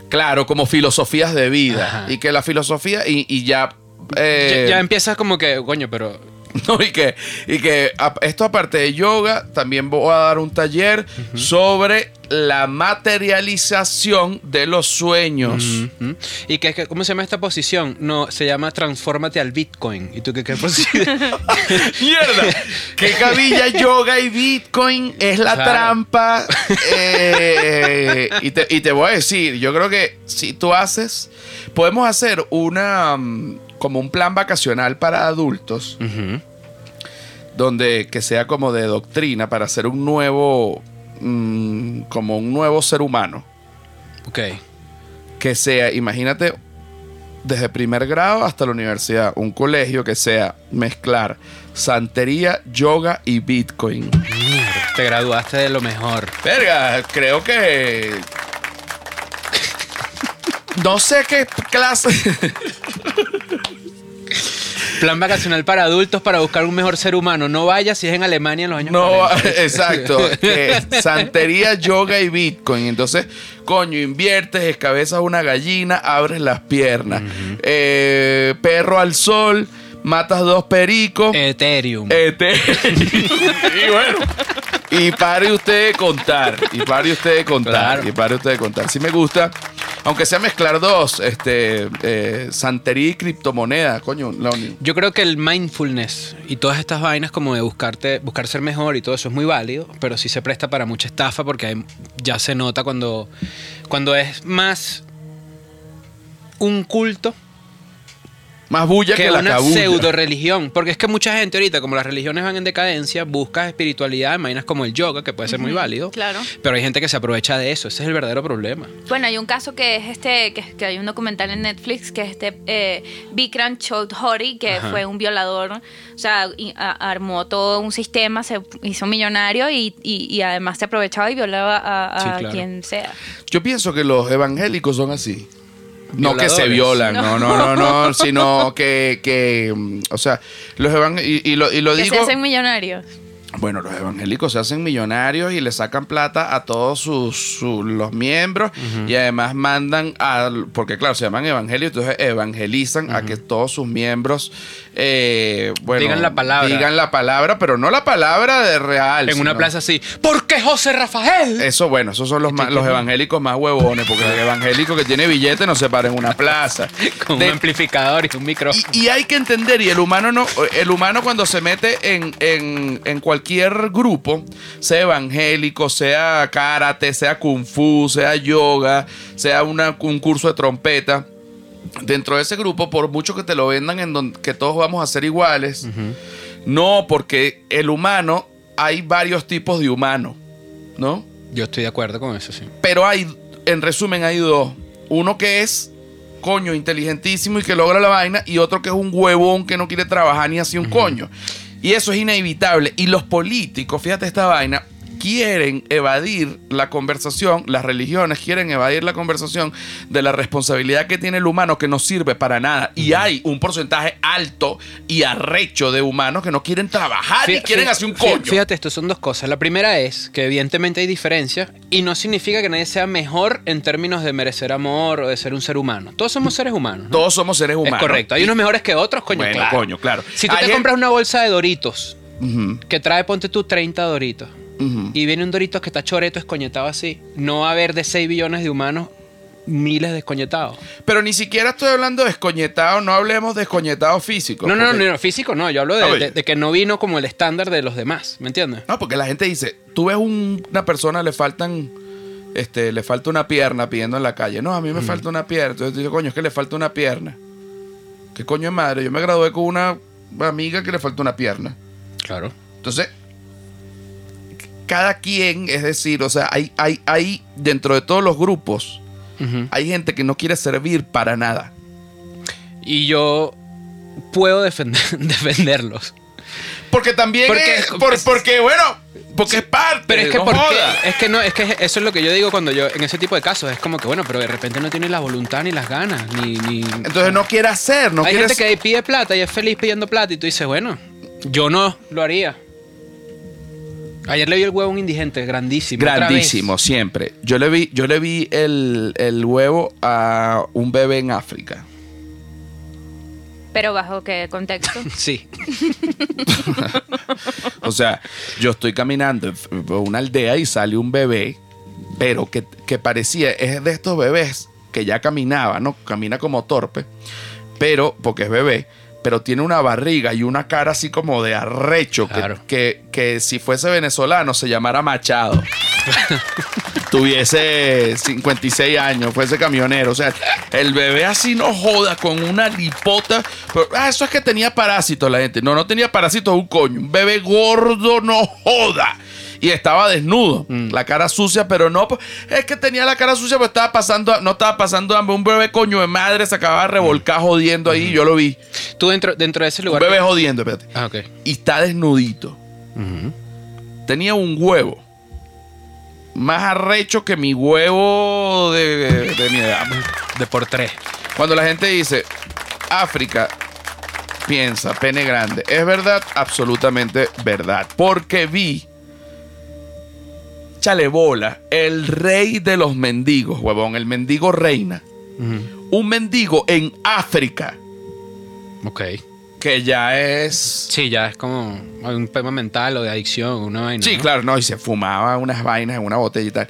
[SPEAKER 1] Claro, como filosofías de vida.
[SPEAKER 2] Ajá.
[SPEAKER 1] Y que la filosofía y, y ya... eh,
[SPEAKER 2] Ya, em- ya empiezas como que, coño, pero
[SPEAKER 1] No, y que, y que a- esto aparte de yoga, también voy a dar un taller sobre la materialización de los sueños.
[SPEAKER 2] Ujú. ¿Y que, que- cómo se llama esta posición? No, se llama Transfórmate al Bitcoin. ¿Y tú qué, qué posición?
[SPEAKER 1] ¡Mierda! ¿Qué cabilla yoga y Bitcoin es la
[SPEAKER 2] Claro.
[SPEAKER 1] trampa? Eh, y, te, y te voy a decir, yo creo que si tú haces, podemos hacer una mm, como un plan vacacional para adultos,
[SPEAKER 2] Ujú.
[SPEAKER 1] donde que sea como de doctrina para ser un nuevo, mm, como un nuevo ser humano.
[SPEAKER 2] Ok.
[SPEAKER 1] que sea, imagínate, desde primer grado hasta la universidad, un colegio que sea mezclar santería, yoga y bitcoin.
[SPEAKER 2] Mierda, Te graduaste de lo mejor.
[SPEAKER 1] Verga, creo que... No sé qué clase...
[SPEAKER 2] Plan vacacional para adultos para buscar un mejor ser humano. No vayas si es en Alemania en los años
[SPEAKER 1] No,
[SPEAKER 2] 40.
[SPEAKER 1] exacto. que santería, yoga y Bitcoin. Entonces, coño, inviertes, escabezas una gallina, abres las piernas. Eh, perro al sol, matas dos pericos.
[SPEAKER 2] Ethereum.
[SPEAKER 1] Este. y bueno. Y pare usted de contar. Y pare usted de contar.
[SPEAKER 2] Claro.
[SPEAKER 1] Y pare usted de contar. Si me gusta. Aunque sea mezclar dos, este, eh, santería y criptomoneda, coño. la uni-
[SPEAKER 2] Yo creo que el mindfulness y todas estas vainas como de buscarte, buscar ser mejor y todo eso es muy válido, pero sí se presta para mucha estafa porque hay- ya se nota cuando, cuando es más un culto
[SPEAKER 1] Más bulla que,
[SPEAKER 2] que
[SPEAKER 1] la
[SPEAKER 2] una
[SPEAKER 1] cabulla.
[SPEAKER 2] pseudo religión. Porque es que mucha gente ahorita, como las religiones van en decadencia, busca espiritualidad, imaginas como el yoga, que puede ser muy válido.
[SPEAKER 3] claro.
[SPEAKER 2] Pero hay gente que se aprovecha de eso. Ese es el verdadero problema.
[SPEAKER 3] Bueno, hay un caso que es este, que, que hay un documental en Netflix que es este eh, Vikram Choudhury, que
[SPEAKER 2] Ajá.
[SPEAKER 3] fue un violador, o sea, y- a- armó todo un sistema, se hizo millonario y, y- y además se aprovechaba y violaba a, a
[SPEAKER 2] Sí, claro.
[SPEAKER 3] quien sea.
[SPEAKER 1] Yo pienso que los evangélicos son así. No que se
[SPEAKER 2] Violadores.
[SPEAKER 1] violan, no, no, no, no, sino que, que, mm, o sea, los evangélicos, y, y lo, y lo
[SPEAKER 3] que
[SPEAKER 1] digo,
[SPEAKER 3] se hacen millonarios.
[SPEAKER 1] bueno, los evangélicos se hacen millonarios y le sacan plata a todos sus, sus- los miembros y además mandan a, porque claro, se llaman evangelios, entonces evangelizan a que todos sus miembros, eh, bueno,
[SPEAKER 2] Digan la palabra.
[SPEAKER 1] digan la palabra, pero no la palabra de real.
[SPEAKER 2] en una
[SPEAKER 1] sino-
[SPEAKER 2] plaza así. ¿Por qué José Rafael?
[SPEAKER 1] eso, bueno, esos son los, ma- los evangélicos más huevones, porque el evangélico que tiene billete no se para en una plaza.
[SPEAKER 2] Con
[SPEAKER 1] De-
[SPEAKER 2] un amplificador y un micrófono.
[SPEAKER 1] y, y hay que entender, y el humano no, el humano cuando se mete en, en- en cualquier grupo, sea evangélico, sea karate, sea kung fu, sea yoga, sea una- un curso de trompeta. Dentro de ese grupo, por mucho que te lo vendan en donde que todos vamos a ser iguales, no, porque el humano hay varios tipos de humano, ¿no?
[SPEAKER 2] Yo estoy de acuerdo con eso, sí.
[SPEAKER 1] Pero hay, en resumen, hay dos. Uno que es coño inteligentísimo y que logra la vaina y otro que es un huevón que no quiere trabajar ni así un coño. Y eso es inevitable. Y los políticos, fíjate esta vaina, quieren evadir la conversación, las religiones quieren evadir la conversación de la responsabilidad que tiene el humano que no sirve para nada. Y hay un porcentaje alto y arrecho de humanos que no quieren trabajar y
[SPEAKER 2] Fí-
[SPEAKER 1] quieren
[SPEAKER 2] fí-
[SPEAKER 1] hacer un
[SPEAKER 2] fí-
[SPEAKER 1] coño.
[SPEAKER 2] Fíjate, esto son dos cosas. La primera es que evidentemente hay diferencias y no significa que nadie sea mejor en términos de merecer amor o de ser un ser humano. Todos somos seres humanos. ¿no?
[SPEAKER 1] Todos somos seres humanos.
[SPEAKER 2] Es correcto. Hay
[SPEAKER 1] Y-
[SPEAKER 2] unos mejores que otros, coño,
[SPEAKER 1] Bueno,
[SPEAKER 2] claro.
[SPEAKER 1] coño, claro.
[SPEAKER 2] Si tú
[SPEAKER 1] Hay
[SPEAKER 2] te
[SPEAKER 1] gen-
[SPEAKER 2] compras una bolsa de Doritos
[SPEAKER 1] Ujú,
[SPEAKER 2] que trae, ponte tú, 30 Doritos
[SPEAKER 1] ujú.
[SPEAKER 2] y viene un Doritos que está choreto, escoñetado así, no va a haber de 6 billones de humanos miles de escoñetados.
[SPEAKER 1] Pero ni siquiera estoy hablando de escoñetado, no hablemos de escoñetado físico.
[SPEAKER 2] No, no, no,
[SPEAKER 1] porque-
[SPEAKER 2] no, no, físico no. Yo hablo de,
[SPEAKER 1] Ah, Oye.
[SPEAKER 2] de- de que no vino como el estándar de los demás, ¿me entiendes?
[SPEAKER 1] No, porque la gente dice, tú ves un- una persona, le faltan, este, le falta una pierna pidiendo en la calle. No, a mí me falta una pierna. Entonces digo, coño, es que le falta una pierna. ¿Qué coño de madre? Yo me gradué con una amiga que le falta una pierna.
[SPEAKER 2] Claro.
[SPEAKER 1] Entonces, cada quien, es decir, o sea, hay, hay, hay dentro de todos los grupos, hay gente que no quiere servir para nada.
[SPEAKER 2] Y yo puedo defender, defenderlos.
[SPEAKER 1] Porque también
[SPEAKER 2] Porque-
[SPEAKER 1] es, por- porque bueno, porque es parte.
[SPEAKER 2] Pero es que
[SPEAKER 1] no
[SPEAKER 2] ¿por qué?
[SPEAKER 1] joda.
[SPEAKER 2] es que no, es que eso es lo que yo digo cuando yo en ese tipo de casos es como que bueno, pero de repente no tiene la voluntad ni las ganas ni, ni-
[SPEAKER 1] Entonces no quiere hacer, no
[SPEAKER 2] Hay
[SPEAKER 1] quiere
[SPEAKER 2] gente que pide plata y es feliz pidiendo plata y tú dices, bueno, yo no lo haría. Ayer le vi el huevo a un indigente grandísimo. otra vez.
[SPEAKER 1] grandísimo siempre. Yo le vi, yo le vi el, el huevo a un bebé en África.
[SPEAKER 3] Pero bajo qué contexto.
[SPEAKER 2] Sí.
[SPEAKER 1] O sea, yo estoy caminando en f- por una aldea y sale un bebé, pero que, que parecía, es de estos bebés que ya caminaba, ¿no? Camina como torpe, pero, porque es bebé, pero tiene una barriga y una cara así como de arrecho, que-
[SPEAKER 2] Claro.
[SPEAKER 1] que, que si fuese venezolano se llamara Machado. tuviese 56 años, fuese camionero. O sea, el bebé así no joda con una lipota. Pero, ah, eso es que tenía parásitos la gente. No, no tenía parásitos un coño. Un bebé gordo no joda. Y estaba desnudo, la cara sucia, pero no. pues, Es que tenía la cara sucia, pero estaba pasando, no estaba pasando hambre. Un bebé coño de madre se acababa de revolcar jodiendo ahí. Yo lo vi.
[SPEAKER 2] Tú dentro, dentro de ese
[SPEAKER 1] Un
[SPEAKER 2] lugar.
[SPEAKER 1] bebé jodiendo, espérate.
[SPEAKER 2] Ah, ok.
[SPEAKER 1] Y está desnudito tenía un huevo más arrecho que mi huevo de, de mi edad.
[SPEAKER 2] De por tres.
[SPEAKER 1] Cuando la gente dice África, piensa, pene grande. ¿Es verdad? Absolutamente verdad. Porque vi, chale bola, el rey de los mendigos, huevón, el mendigo reina. Un mendigo en África,
[SPEAKER 2] Ok.
[SPEAKER 1] que ya es
[SPEAKER 2] Sí, ya es como un tema mental o de adicción, una vaina.
[SPEAKER 1] Sí,
[SPEAKER 2] ¿no?
[SPEAKER 1] claro, no, y se fumaba unas vainas en una botella y tal.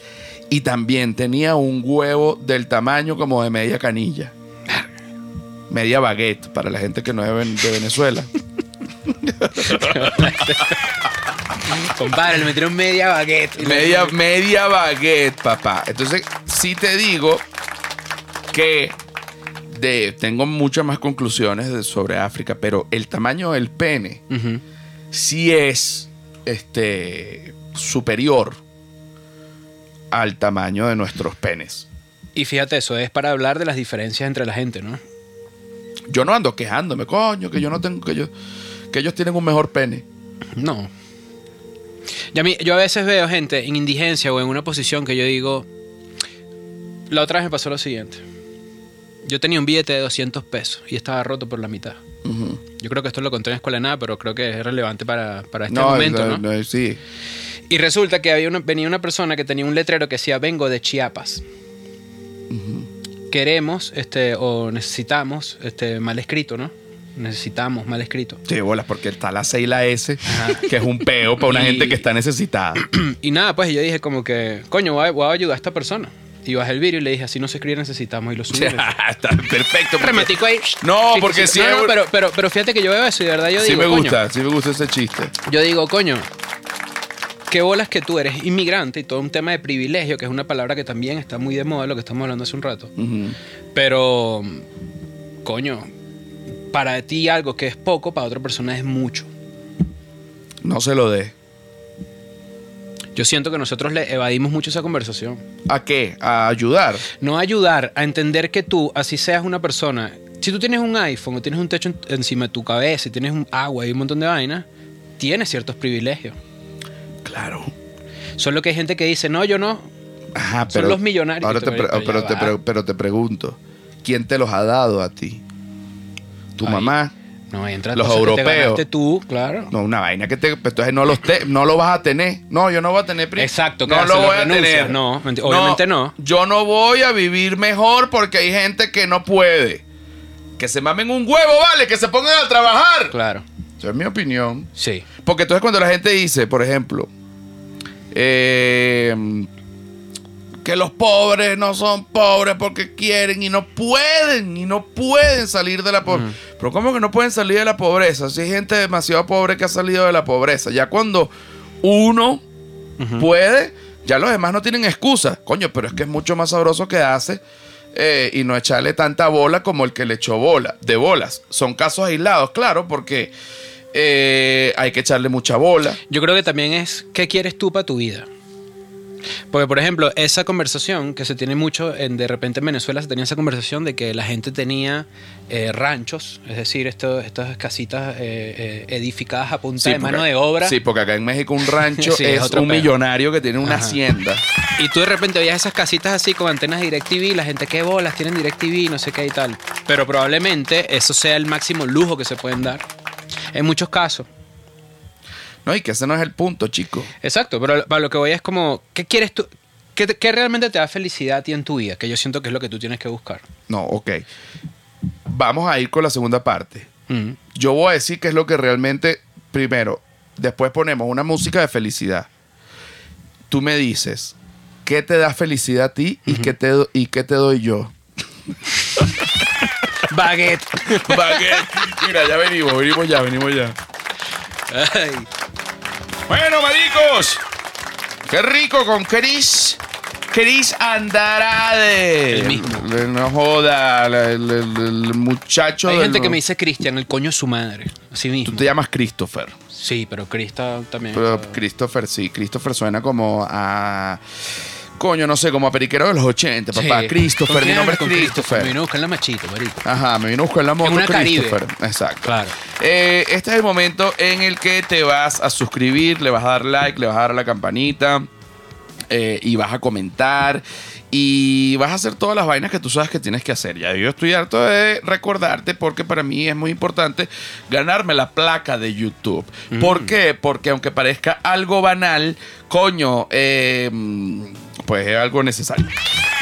[SPEAKER 1] Y también tenía un huevo del tamaño como de media canilla. Media baguette, para la gente que no es de Ven- de Venezuela.
[SPEAKER 2] Compadre, le metieron media baguette.
[SPEAKER 1] media, media baguette, papá. Entonces, sí te digo que de, tengo muchas más conclusiones de- sobre África, pero el tamaño del pene
[SPEAKER 2] Ujú.
[SPEAKER 1] sí es este, superior al tamaño de nuestros penes.
[SPEAKER 2] Y fíjate, eso es para hablar de las diferencias entre la gente, ¿no?
[SPEAKER 1] Yo no ando quejándome, coño, que yo no tengo, que yo, que ellos tienen un mejor pene.
[SPEAKER 2] No. Y a mí- yo a veces veo gente en indigencia o en una posición que yo digo. La otra vez me pasó lo siguiente. Yo tenía un billete de 200 pesos y estaba roto por la mitad.
[SPEAKER 1] Ujú.
[SPEAKER 2] Yo creo que esto lo conté en la escuela de nada, pero creo que es relevante para, para este
[SPEAKER 1] No,
[SPEAKER 2] momento,
[SPEAKER 1] no,
[SPEAKER 2] ¿no?
[SPEAKER 1] no, sí.
[SPEAKER 2] Y resulta que había una- venía una persona que tenía un letrero que decía, vengo de Chiapas. Queremos, este, o necesitamos, este, mal escrito, ¿no? Necesitamos mal escrito.
[SPEAKER 1] Sí, bolas, porque está la C y la S, que es un peo para una
[SPEAKER 2] Y-
[SPEAKER 1] gente que está necesitada.
[SPEAKER 2] Y nada, pues yo dije como que, coño, voy a, voy a ayudar a esta persona. Y bajé el vídeo y le dije, así no se escribe, necesitamos. Y lo subí.
[SPEAKER 1] está perfecto. porque-
[SPEAKER 2] Rematico ahí.
[SPEAKER 1] No,
[SPEAKER 2] Sí,
[SPEAKER 1] porque
[SPEAKER 2] sí,
[SPEAKER 1] sí
[SPEAKER 2] no,
[SPEAKER 1] es
[SPEAKER 2] no,
[SPEAKER 1] un-
[SPEAKER 2] pero, pero, pero fíjate que yo veo eso y de verdad yo
[SPEAKER 1] Sí
[SPEAKER 2] digo,
[SPEAKER 1] me
[SPEAKER 2] coño,
[SPEAKER 1] gusta, sí me gusta ese chiste.
[SPEAKER 2] yo digo, coño, qué bolas que tú eres inmigrante y todo un tema de privilegio, que es una palabra que también está muy de moda, lo que estamos hablando hace un rato.
[SPEAKER 1] Ujú.
[SPEAKER 2] Pero, mm, coño, para ti algo que es poco, para otra persona es mucho.
[SPEAKER 1] No se lo dé.
[SPEAKER 2] Yo siento que nosotros le evadimos mucho esa conversación.
[SPEAKER 1] ¿A qué? A ayudar.
[SPEAKER 2] No ayudar a entender que tú, así seas una persona, si tú tienes un iPhone o tienes un techo en- encima de tu cabeza y tienes un agua y un montón de vainas, tienes ciertos privilegios.
[SPEAKER 1] Claro.
[SPEAKER 2] Solo que hay gente que dice, no, yo no.
[SPEAKER 1] Ajá,
[SPEAKER 2] Son
[SPEAKER 1] pero
[SPEAKER 2] los millonarios
[SPEAKER 1] Ahora
[SPEAKER 2] que
[SPEAKER 1] te
[SPEAKER 2] te-
[SPEAKER 1] pre-
[SPEAKER 2] pero ya
[SPEAKER 1] pero, te
[SPEAKER 2] va.
[SPEAKER 1] pre- pero te pregunto, ¿quién te los ha dado a ti? ¿Tu
[SPEAKER 2] Ahí.
[SPEAKER 1] mamá?
[SPEAKER 2] No entra
[SPEAKER 1] Los
[SPEAKER 2] cosas que te
[SPEAKER 1] europeos.
[SPEAKER 2] ganaste tú, claro.
[SPEAKER 1] No, una vaina que te... pues, Entonces no, los te- no lo vas a tener. No, yo no voy a tener... pri-
[SPEAKER 2] Exacto,
[SPEAKER 1] no
[SPEAKER 2] claro,
[SPEAKER 1] lo
[SPEAKER 2] se lo
[SPEAKER 1] voy a
[SPEAKER 2] renuncias.
[SPEAKER 1] tener.
[SPEAKER 2] No, menti- obviamente no.
[SPEAKER 1] Yo no voy a vivir mejor porque hay gente que no puede. Que se mamen un huevo, vale, que se pongan a trabajar.
[SPEAKER 2] Claro,
[SPEAKER 1] Esa es mi opinión.
[SPEAKER 2] sí.
[SPEAKER 1] Porque entonces cuando la gente dice, por ejemplo, eh, que los pobres no son pobres porque quieren y no pueden, y no pueden salir de la pobreza. Pero ¿cómo que no pueden salir de la pobreza? Si hay gente demasiado pobre que ha salido de la pobreza. Ya cuando uno puede, ya los demás no tienen excusa. Coño, pero es que es mucho más sabroso que hace. eh, y no echarle tanta bola como el que le echó bola, de bolas. Son casos aislados, claro, porque eh, hay que echarle mucha bola.
[SPEAKER 2] Yo creo que también es qué quieres tú para tu vida. Porque, por ejemplo, esa conversación que se tiene mucho, en, de repente en Venezuela se tenía esa conversación de que la gente tenía eh, ranchos, es decir, esto- estas casitas eh, eh, edificadas a punta de
[SPEAKER 1] porque-
[SPEAKER 2] mano de obra.
[SPEAKER 1] Sí, porque acá en México un rancho
[SPEAKER 2] Sí, es
[SPEAKER 1] es,
[SPEAKER 2] otro
[SPEAKER 1] un
[SPEAKER 2] pedo.
[SPEAKER 1] millonario que tiene una
[SPEAKER 2] Ajá.
[SPEAKER 1] hacienda.
[SPEAKER 2] Y tú de repente veías esas casitas así con antenas de DirecTV, y la gente que bolas, tienen DirecTV, no sé qué y tal. Pero probablemente eso sea el máximo lujo que se pueden dar. En muchos casos.
[SPEAKER 1] No, y que ese no es el punto, chico.
[SPEAKER 2] Exacto, pero para lo que voy es como, ¿qué quieres tú? ¿Qué, te- qué realmente te da felicidad a ti en tu vida? Que yo siento que es lo que tú tienes que buscar.
[SPEAKER 1] No, ok. Vamos a ir con la segunda parte.
[SPEAKER 2] Mm.
[SPEAKER 1] Yo voy a decir qué es lo que realmente, primero, después ponemos una música de felicidad. Tú me dices, ¿qué te da felicidad a ti y, qué, te do- y qué te doy yo?
[SPEAKER 2] Baguette.
[SPEAKER 1] Mira, ya venimos, venimos ya, venimos ya.
[SPEAKER 2] Ay.
[SPEAKER 1] Bueno, maricos. Qué rico con Chris. Chris Andarade.
[SPEAKER 2] El mismo.
[SPEAKER 1] Le- No joda, el, el- el- el muchacho.
[SPEAKER 2] Hay
[SPEAKER 1] del-
[SPEAKER 2] gente que me dice Cristian, el coño es su madre. Así
[SPEAKER 1] Tú
[SPEAKER 2] mismo.
[SPEAKER 1] te llamas Christopher.
[SPEAKER 2] Sí, pero Crista también.
[SPEAKER 1] Pero Christopher, sí. Christopher suena como a. Coño, no sé, como a periquero de los 80, papá.
[SPEAKER 2] Sí. ¿Con
[SPEAKER 1] Christopher, mi
[SPEAKER 2] quién
[SPEAKER 1] nombre
[SPEAKER 2] hablas
[SPEAKER 1] es
[SPEAKER 2] con
[SPEAKER 1] Christopher.
[SPEAKER 2] Me vino a buscar la machita, marico.
[SPEAKER 1] Ajá, me vino a buscar la moto
[SPEAKER 2] En una Caribe.
[SPEAKER 1] Christopher. Exacto.
[SPEAKER 2] Claro.
[SPEAKER 1] Eh, este es el momento en el que te vas a suscribir, le vas a dar like, le vas a dar a la campanita eh, y vas a comentar y vas a hacer todas las vainas que tú sabes que tienes que hacer. Ya yo estoy harto de recordarte porque para mí es muy importante ganarme la placa de YouTube. ¿Por qué? Porque aunque parezca algo banal, coño, eh, pues es algo necesario.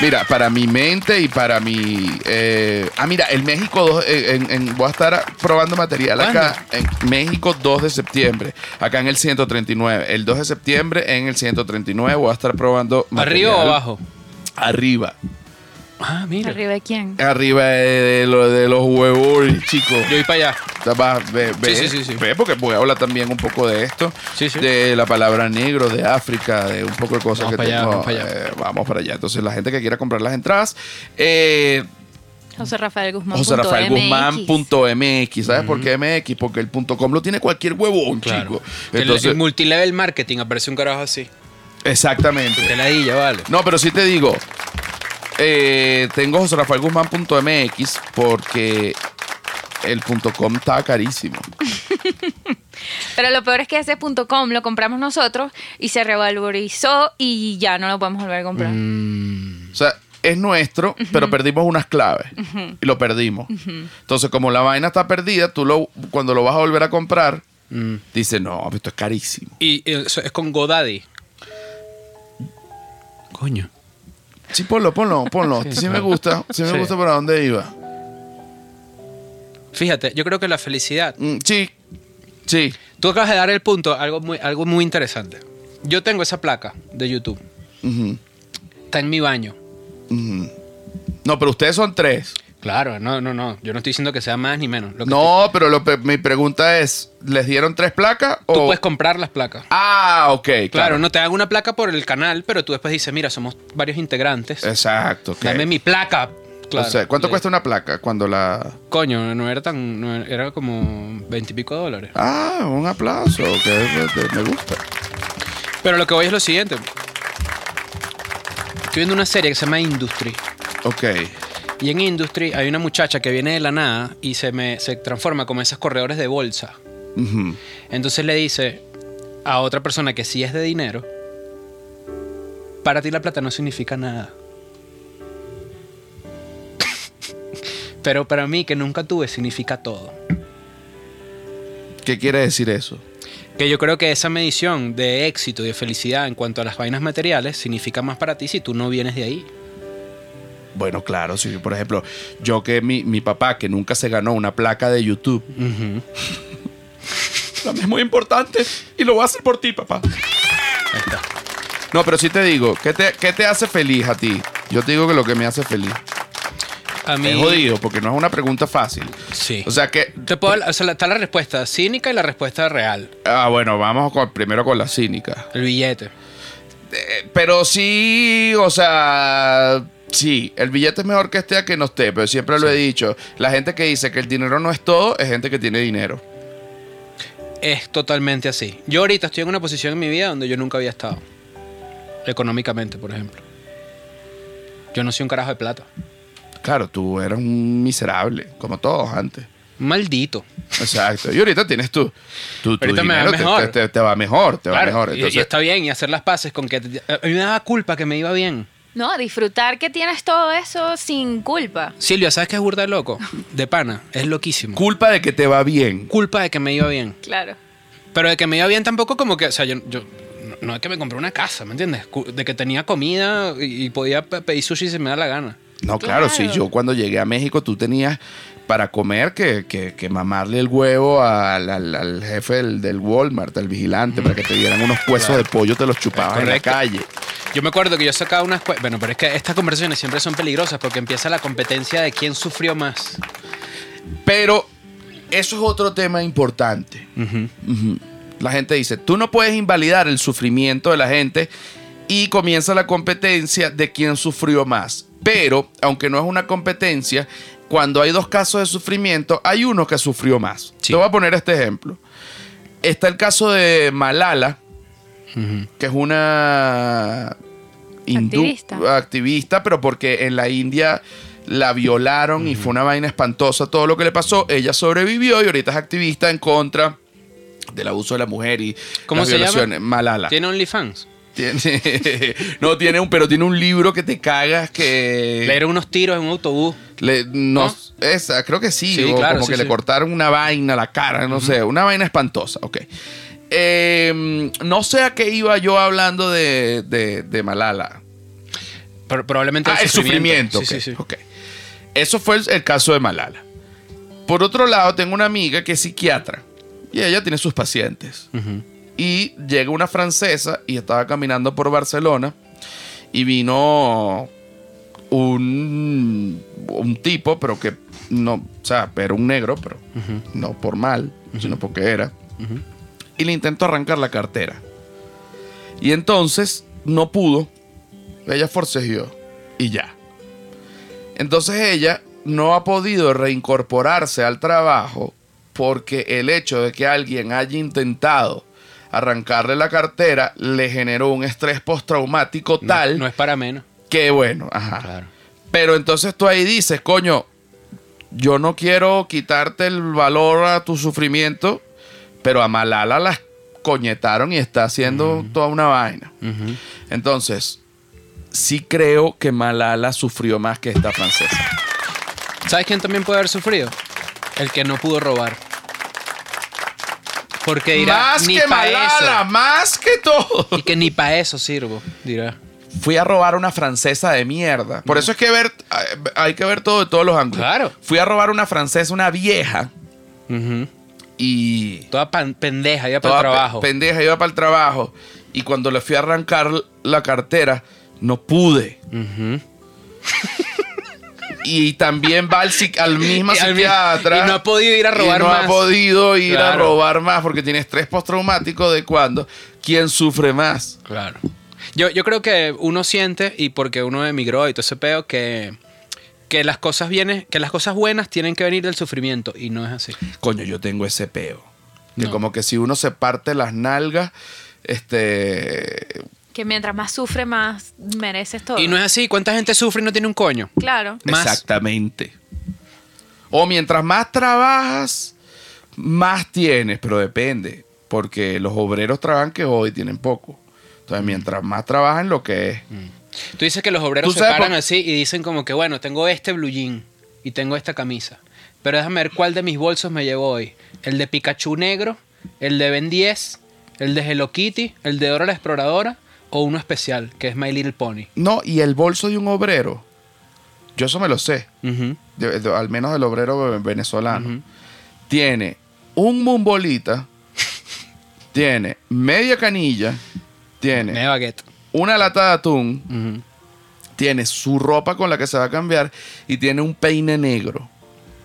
[SPEAKER 1] Mira, para mi mente y para mi... eh, ah, mira, el México 2... eh, en- en- voy a estar probando material acá. En México 2 de septiembre. Acá en el 139. El 2 de septiembre en el 139 voy a estar probando
[SPEAKER 2] ¿Arriba o
[SPEAKER 1] material.
[SPEAKER 2] abajo?
[SPEAKER 1] Arriba.
[SPEAKER 2] Ah, mira.
[SPEAKER 3] ¿Arriba de quién?
[SPEAKER 1] Arriba de, de lo- de los huevos, chicos.
[SPEAKER 2] Yo voy para allá.
[SPEAKER 1] Ya va, Ve, ve,
[SPEAKER 2] Sí, sí, sí, sí.
[SPEAKER 1] ve, porque voy a hablar también un poco de esto,
[SPEAKER 2] Sí, sí.
[SPEAKER 1] de la palabra negro, de África, de un poco de cosas
[SPEAKER 2] Vamos
[SPEAKER 1] que
[SPEAKER 2] para allá,
[SPEAKER 1] tengo.
[SPEAKER 2] vamos para allá.
[SPEAKER 1] eh, vamos para allá. Entonces, la gente que quiera comprar las entradas, eh,
[SPEAKER 3] José Rafael Guzmán.
[SPEAKER 1] José Rafael
[SPEAKER 3] punto
[SPEAKER 1] Guzmán
[SPEAKER 3] MX.
[SPEAKER 1] punto MX. ¿Sabes por qué MX? Porque el punto com lo tiene cualquier huevón, chico.
[SPEAKER 2] Que el-
[SPEAKER 1] Entonces,
[SPEAKER 2] el multilevel marketing aparece un carajo así.
[SPEAKER 1] exactamente.
[SPEAKER 2] Te la di, ya vale.
[SPEAKER 1] No, pero sí te digo, eh, tengo José Rafael Guzmán.mx porque el punto .com está carísimo.
[SPEAKER 3] Pero lo peor es que ese punto .com lo compramos nosotros y se revalorizó y ya no lo podemos volver a comprar.
[SPEAKER 2] Mm.
[SPEAKER 1] O sea, es nuestro, pero perdimos unas claves y lo perdimos. Entonces, como la vaina está perdida, tú lo, cuando lo vas a volver a comprar,
[SPEAKER 2] Mm.
[SPEAKER 1] dices, no, esto es carísimo.
[SPEAKER 2] Y eso es con Godaddy. Coño.
[SPEAKER 1] Sí, ponlo, ponlo, ponlo. Sí, me
[SPEAKER 2] claro.
[SPEAKER 1] gusta, sí me
[SPEAKER 2] Sí.
[SPEAKER 1] gusta para dónde iba.
[SPEAKER 2] Fíjate, yo creo que la felicidad.
[SPEAKER 1] Mm, sí, sí.
[SPEAKER 2] Tú acabas de dar el punto, algo muy, algo muy interesante. Yo tengo esa placa de YouTube.
[SPEAKER 1] Ujú,
[SPEAKER 2] Está en mi baño.
[SPEAKER 1] ujú. No, pero ustedes son tres.
[SPEAKER 2] Claro, no, no, no. Yo no estoy diciendo que sea más ni menos. Lo que
[SPEAKER 1] No, pero lo pe- mi pregunta es, ¿les dieron tres placas
[SPEAKER 2] tú- tú
[SPEAKER 1] o...?
[SPEAKER 2] puedes comprar las placas.
[SPEAKER 1] Ah, ok, claro.
[SPEAKER 2] Claro, no te dan una placa por el canal, pero tú después dices, mira, somos varios integrantes.
[SPEAKER 1] Exacto. ok.
[SPEAKER 2] Dame mi placa. Claro.
[SPEAKER 1] O sea, ¿cuánto
[SPEAKER 2] Le-
[SPEAKER 1] cuesta una placa cuando la...?
[SPEAKER 2] Coño, no era tan. no era, era como veintipico dólares.
[SPEAKER 1] Ah, un aplauso, que me gusta.
[SPEAKER 2] Pero lo que voy es lo siguiente. Estoy viendo una serie que se llama Industry.
[SPEAKER 1] Ok.
[SPEAKER 2] Y en Industry hay una muchacha que viene de la nada y se, me, se transforma como esos corredores de bolsa.
[SPEAKER 1] Ujú.
[SPEAKER 2] Entonces le dice a otra persona que sí es de dinero, para ti la plata no significa nada. Pero para mí, que nunca tuve, significa todo.
[SPEAKER 1] ¿Qué quiere decir eso?
[SPEAKER 2] Que yo creo que esa medición de éxito y de felicidad en cuanto a las vainas materiales significa más para ti si tú no vienes de ahí.
[SPEAKER 1] Bueno, claro, si por ejemplo, yo que mi, mi papá, que nunca se ganó una placa de YouTube. Para mí es muy importante y lo voy a hacer por ti, papá.
[SPEAKER 2] Ahí está.
[SPEAKER 1] No, pero sí te digo, ¿qué te, qué te hace feliz a ti? Yo te digo que lo que me hace feliz.
[SPEAKER 2] A mí,
[SPEAKER 1] Es jodido, porque no es una pregunta fácil.
[SPEAKER 2] Sí.
[SPEAKER 1] O sea que.
[SPEAKER 2] Te puedo, o sea, la- está la respuesta cínica y la respuesta real.
[SPEAKER 1] Ah, bueno, vamos con- primero con la cínica.
[SPEAKER 2] El billete.
[SPEAKER 1] Eh, pero sí, o sea. Sí, el billete es mejor que esté a que no esté, pero siempre lo he dicho. La gente que dice que el dinero no es todo es gente que tiene dinero.
[SPEAKER 2] Es totalmente así. Yo ahorita estoy en una posición en mi vida donde yo nunca había estado. Económicamente, por ejemplo. Yo no soy un carajo de plata.
[SPEAKER 1] Claro, tú eras un miserable, como todos antes.
[SPEAKER 2] Maldito.
[SPEAKER 1] Exacto. Y ahorita tienes tú. tu- tu
[SPEAKER 2] Ahorita me va
[SPEAKER 1] dinero te-
[SPEAKER 2] mejor.
[SPEAKER 1] Te, te- te va mejor, te va
[SPEAKER 2] Claro,
[SPEAKER 1] mejor.
[SPEAKER 2] y-
[SPEAKER 1] Entonces,
[SPEAKER 2] y, está bien, y hacer las paces con que... A mí me daba culpa que me iba bien.
[SPEAKER 3] No, disfrutar que tienes todo eso sin culpa.
[SPEAKER 2] Silvia, ¿sabes qué es burda de loco? De pana. Es loquísimo.
[SPEAKER 1] culpa de que te va bien.
[SPEAKER 2] Culpa de que me iba bien.
[SPEAKER 3] Claro.
[SPEAKER 2] Pero de que me iba bien tampoco como que... O sea, yo... yo- no- no es que me compré una casa, ¿me entiendes? Cu- De que tenía comida y y podía pe- pedir sushi si me da la gana.
[SPEAKER 1] No, claro,
[SPEAKER 3] Claro.
[SPEAKER 1] sí. Yo cuando llegué a México, tú tenías para comer que, que- que mamarle el huevo al, al- al jefe del, del Walmart, al vigilante, para que te dieran unos huesos de pollo, te los chupabas en la
[SPEAKER 2] Correcto.
[SPEAKER 1] calle.
[SPEAKER 2] Yo me acuerdo que yo sacaba unas... cue- Bueno, pero es que estas conversaciones siempre son peligrosas porque empieza la competencia de quién sufrió más.
[SPEAKER 1] Pero eso es otro tema importante. Ujú. La gente dice, tú no puedes invalidar el sufrimiento de la gente y comienza la competencia de quién sufrió más. Pero, aunque no es una competencia, cuando hay dos casos de sufrimiento, hay uno que sufrió más.
[SPEAKER 2] Sí.
[SPEAKER 1] Te voy a poner este ejemplo. Está el caso de Malala, que es una hindú-
[SPEAKER 3] Activista.
[SPEAKER 1] activista, pero porque en la India la violaron y fue una vaina espantosa todo lo que le pasó. Ella sobrevivió y ahorita es activista en contra del abuso de la mujer y
[SPEAKER 2] ¿Cómo
[SPEAKER 1] las
[SPEAKER 2] se llama?
[SPEAKER 1] violaciones. Malala.
[SPEAKER 2] ¿Tiene OnlyFans?
[SPEAKER 1] Tiene- no tiene un, pero tiene un libro que te cagas que
[SPEAKER 2] Le dieron unos tiros en un autobús.
[SPEAKER 1] le- no,
[SPEAKER 2] ¿No?
[SPEAKER 1] esa, creo que sí,
[SPEAKER 2] Sí,
[SPEAKER 1] o
[SPEAKER 2] claro,
[SPEAKER 1] como
[SPEAKER 2] sí,
[SPEAKER 1] que le
[SPEAKER 2] sí.
[SPEAKER 1] cortaron una vaina a la cara, no sé, una vaina espantosa, ok. Eh, no sé a qué iba yo hablando de, de- de Malala.
[SPEAKER 2] Pero probablemente
[SPEAKER 1] Ah, el sufrimiento.
[SPEAKER 2] Sí,
[SPEAKER 1] ok,
[SPEAKER 2] sí, sí.
[SPEAKER 1] ok. Eso fue el, el caso de Malala. Por otro lado, tengo una amiga que es psiquiatra y ella tiene sus pacientes.
[SPEAKER 2] Ujú.
[SPEAKER 1] Y llega una francesa y estaba caminando por Barcelona y vino un, un tipo, pero que no, o sea, pero un negro, pero no por mal, sino porque era. Y le intentó arrancar la cartera. Y entonces no pudo. Ella forcejeó y ya. Entonces ella no ha podido reincorporarse al trabajo porque el hecho de que alguien haya intentado arrancarle la cartera le generó un estrés postraumático
[SPEAKER 2] No-
[SPEAKER 1] tal Ah.
[SPEAKER 2] No es para menos.
[SPEAKER 1] que bueno, ajá.
[SPEAKER 2] Claro.
[SPEAKER 1] Pero entonces tú ahí dices, coño, yo no quiero quitarte el valor a tu sufrimiento, pero a Malala las coñetaron y está haciendo toda una vaina.
[SPEAKER 2] Ujú.
[SPEAKER 1] Entonces, sí creo que Malala sufrió más que esta francesa.
[SPEAKER 2] ¿Sabes quién también puede haber sufrido? El que no pudo robar. Porque dirá,
[SPEAKER 1] Más
[SPEAKER 2] ni
[SPEAKER 1] que
[SPEAKER 2] pa' eso".
[SPEAKER 1] Malala, más que todo.
[SPEAKER 2] Y que ni para eso sirvo, dirá.
[SPEAKER 1] Fui a robar una francesa de mierda. Por eso es que ver, hay que ver todo de todos los ángulos.
[SPEAKER 2] Claro.
[SPEAKER 1] Fui a robar una francesa, una vieja,
[SPEAKER 2] Ujú.
[SPEAKER 1] y
[SPEAKER 2] Toda pan- pendeja, iba para
[SPEAKER 1] toda
[SPEAKER 2] el trabajo.
[SPEAKER 1] pe- pendeja, iba para el trabajo. Y cuando le fui a arrancar la cartera, no pude.
[SPEAKER 2] Ujú.
[SPEAKER 1] Y también va al, psi- al mismo
[SPEAKER 2] Y al mi-
[SPEAKER 1] psiquiatra.
[SPEAKER 2] y no ha podido ir a robar
[SPEAKER 1] y no
[SPEAKER 2] más.
[SPEAKER 1] ha podido ir a
[SPEAKER 2] Claro.
[SPEAKER 1] robar más porque tiene estrés postraumático de cuando. ¿Quién sufre más?
[SPEAKER 2] Claro. Yo, yo creo que uno siente, y porque uno emigró y todo ese peo, que, que, las cosas vienen, que las cosas buenas tienen que venir del sufrimiento. Y no es así.
[SPEAKER 1] Coño, yo tengo ese peo. Que
[SPEAKER 2] No.
[SPEAKER 1] como que si uno se parte las nalgas, este.
[SPEAKER 3] Que mientras más sufre, más mereces todo.
[SPEAKER 2] Y no es así. ¿Cuánta gente sufre y no tiene un coño?
[SPEAKER 3] Claro.
[SPEAKER 2] Más.
[SPEAKER 1] Exactamente. O mientras más trabajas, más tienes, pero depende. Porque los obreros trabajan que hoy tienen poco. Entonces, mientras más trabajan, lo que es.
[SPEAKER 2] Tú dices que los obreros
[SPEAKER 1] ¿Tú
[SPEAKER 2] se
[SPEAKER 1] sabes
[SPEAKER 2] paran
[SPEAKER 1] por-
[SPEAKER 2] así y dicen como que, bueno, tengo este blue jean y tengo esta camisa. Pero déjame ver cuál de mis bolsos me llevo hoy. El de Pikachu negro, el de Ben 10, el de Hello Kitty, el de Dora la Exploradora o uno especial, que es My Little Pony.
[SPEAKER 1] No, y el bolso de un obrero. Yo eso me lo sé.
[SPEAKER 2] Ujú.
[SPEAKER 1] de- de- al menos del obrero ve- venezolano.
[SPEAKER 2] Ujú.
[SPEAKER 1] Tiene un mumbolita. tiene media canilla. Tiene
[SPEAKER 2] Media baguette.
[SPEAKER 1] una lata de atún.
[SPEAKER 2] Ujú.
[SPEAKER 1] tiene su ropa con la que se va a cambiar y tiene un peine negro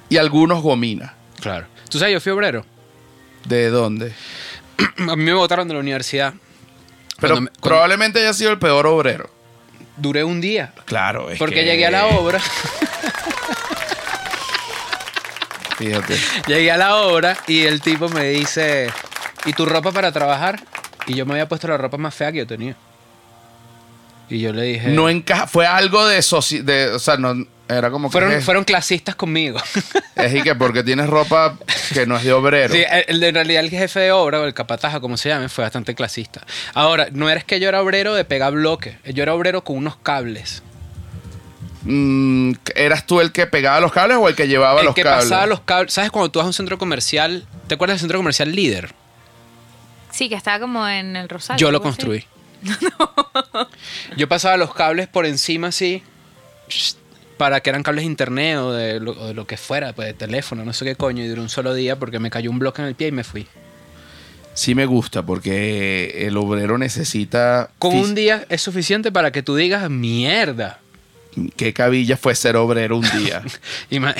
[SPEAKER 1] y algunos gominas.
[SPEAKER 2] Claro. Tú sabes, yo fui obrero.
[SPEAKER 1] ¿De dónde?
[SPEAKER 2] A mí me botaron de la universidad.
[SPEAKER 1] Pero
[SPEAKER 2] Cuando me- cuando-
[SPEAKER 1] probablemente haya sido el peor obrero.
[SPEAKER 2] Duré un día.
[SPEAKER 1] Claro, es
[SPEAKER 2] Porque
[SPEAKER 1] que-
[SPEAKER 2] llegué a la obra.
[SPEAKER 1] Fíjate.
[SPEAKER 2] Llegué a la obra y el tipo me dice, ¿y tu ropa para trabajar? Y yo me había puesto la ropa más fea que yo tenía. Y yo le dije...
[SPEAKER 1] No encaja, fue algo de, soci- de o sea, no era como que
[SPEAKER 2] fueron,
[SPEAKER 1] es,
[SPEAKER 2] fueron clasistas conmigo.
[SPEAKER 1] es y que porque tienes ropa que no es de obrero.
[SPEAKER 2] Sí, el- el- en realidad el jefe de obra o el capataja, como se llame, fue bastante clasista. Ahora, no eres que yo era obrero de pegar bloques. Yo era obrero con unos cables.
[SPEAKER 1] Mm, ¿Eras tú el que pegaba los cables o el que llevaba
[SPEAKER 2] el
[SPEAKER 1] los
[SPEAKER 2] que
[SPEAKER 1] cables?
[SPEAKER 2] pasaba los cables... ¿Sabes cuando tú vas a un centro comercial? ¿Te acuerdas del centro comercial líder?
[SPEAKER 3] Sí, que estaba como en el rosario.
[SPEAKER 2] Yo lo
[SPEAKER 3] algo así.
[SPEAKER 2] construí. Yo pasaba los cables por encima así, sh- para que eran cables de internet o de, lo, o de lo que fuera, pues de teléfono, no sé qué coño, y duró un solo día porque me cayó un bloque en el pie y me fui.
[SPEAKER 1] Sí me gusta porque el obrero necesita
[SPEAKER 2] Con
[SPEAKER 1] fis-
[SPEAKER 2] un día es suficiente para que tú digas, mierda.
[SPEAKER 1] qué cabilla fue ser obrero un día.
[SPEAKER 2] Ima-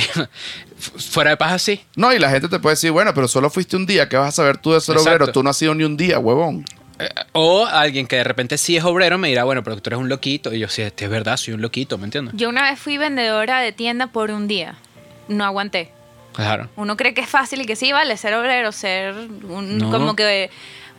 [SPEAKER 2] fu- Fuera de paz así.
[SPEAKER 1] No, y la gente te puede decir, bueno, pero solo fuiste un día, ¿qué vas a saber tú de ser
[SPEAKER 2] Exacto.
[SPEAKER 1] obrero? Tú no has sido ni un día, huevón.
[SPEAKER 2] Eh, O alguien que de repente sí es obrero me dirá, bueno, pero tú eres un loquito. Y yo, sí, este es verdad, soy un loquito, ¿me entiendes?
[SPEAKER 3] Yo una vez fui vendedora de tienda por un día. No aguanté.
[SPEAKER 2] Claro.
[SPEAKER 3] Uno cree que es fácil y que sí, vale, ser obrero, ser un-
[SPEAKER 2] No.
[SPEAKER 3] como que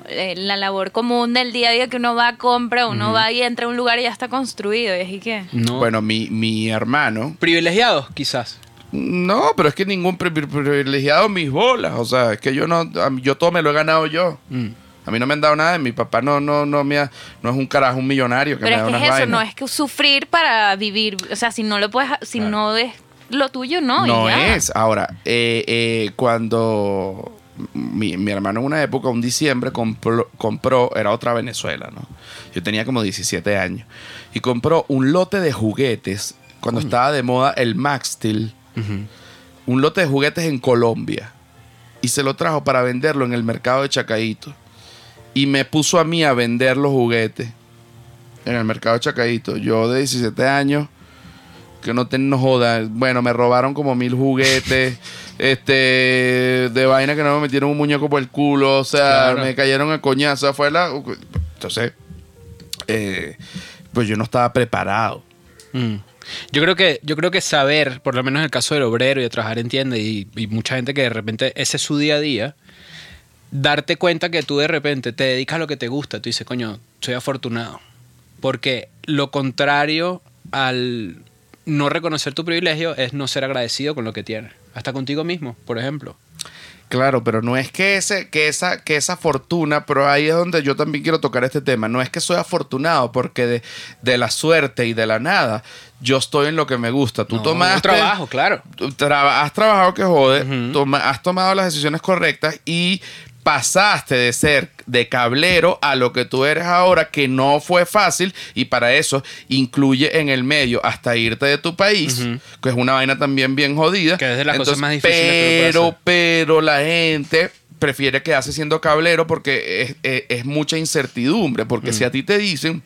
[SPEAKER 3] eh, la labor común del día a día que uno va, compra, uno va y entra a un lugar y ya está construido. Y así que...
[SPEAKER 2] No.
[SPEAKER 1] Bueno, mi, mi hermano.
[SPEAKER 2] Privilegiados, quizás.
[SPEAKER 1] No, pero es que ningún pri- pri- privilegiado mis bolas. O sea, es que yo no, a mí- yo todo me lo he ganado yo.
[SPEAKER 2] Mm.
[SPEAKER 1] A mí no me han dado nada. Mi papá no, no, no me ha- no es un carajo, un millonario que me
[SPEAKER 3] Pero es
[SPEAKER 1] da
[SPEAKER 3] que es
[SPEAKER 1] unas
[SPEAKER 3] eso,
[SPEAKER 1] vainas.
[SPEAKER 3] no es que sufrir para vivir. O sea, si no lo puedes, si
[SPEAKER 1] Claro.
[SPEAKER 3] no es lo tuyo, no. y
[SPEAKER 1] No
[SPEAKER 3] ya.
[SPEAKER 1] es. Ahora, eh, eh, cuando mi, mi hermano en una época, un diciembre, compró, compró- era otra Venezuela, ¿no? Yo tenía como 17 años. Y compró un lote de juguetes, cuando estaba de moda el Maxtil, un lote de juguetes en Colombia. Y se lo trajo para venderlo en el mercado de Chacaíto. Y me puso a mí a vender los juguetes en el mercado de Chacaíto. Yo de 17 años que no te no joda. Bueno, me robaron como mil juguetes. este. De vaina que no me metieron un muñeco por el culo. O sea,
[SPEAKER 2] Claro.
[SPEAKER 1] me cayeron a coñazo. O sea, fue la. Entonces. eh, pues yo no estaba preparado.
[SPEAKER 2] Mm. Yo creo que, yo creo que saber, por lo menos en el caso del obrero y de trabajar en tienda y, y mucha gente que de repente ese es su día a día, darte cuenta que tú de repente te dedicas a lo que te gusta, tú dices, coño, soy afortunado. Porque lo contrario al no reconocer tu privilegio es no ser agradecido con lo que tienes. Hasta contigo mismo, por ejemplo.
[SPEAKER 1] Claro, pero no es que, ese, que, esa, que esa fortuna, pero ahí es donde yo también quiero tocar este tema, no es que soy afortunado porque de, de la suerte y de la nada, yo estoy en lo que me gusta. Tú
[SPEAKER 2] No,
[SPEAKER 1] tomaste...
[SPEAKER 2] trabajo, claro.
[SPEAKER 1] tú traba- has trabajado que jode, toma- has tomado las decisiones correctas y pasaste de ser de cablero a lo que tú eres ahora, que no fue fácil y para eso incluye en el medio hasta irte de tu país, que es una vaina también bien jodida.
[SPEAKER 2] Que es de las cosas más difíciles que uno puede
[SPEAKER 1] Pero,
[SPEAKER 2] hacer.
[SPEAKER 1] pero la gente prefiere quedarse siendo cablero porque es, es- es mucha incertidumbre, porque si a ti te dicen...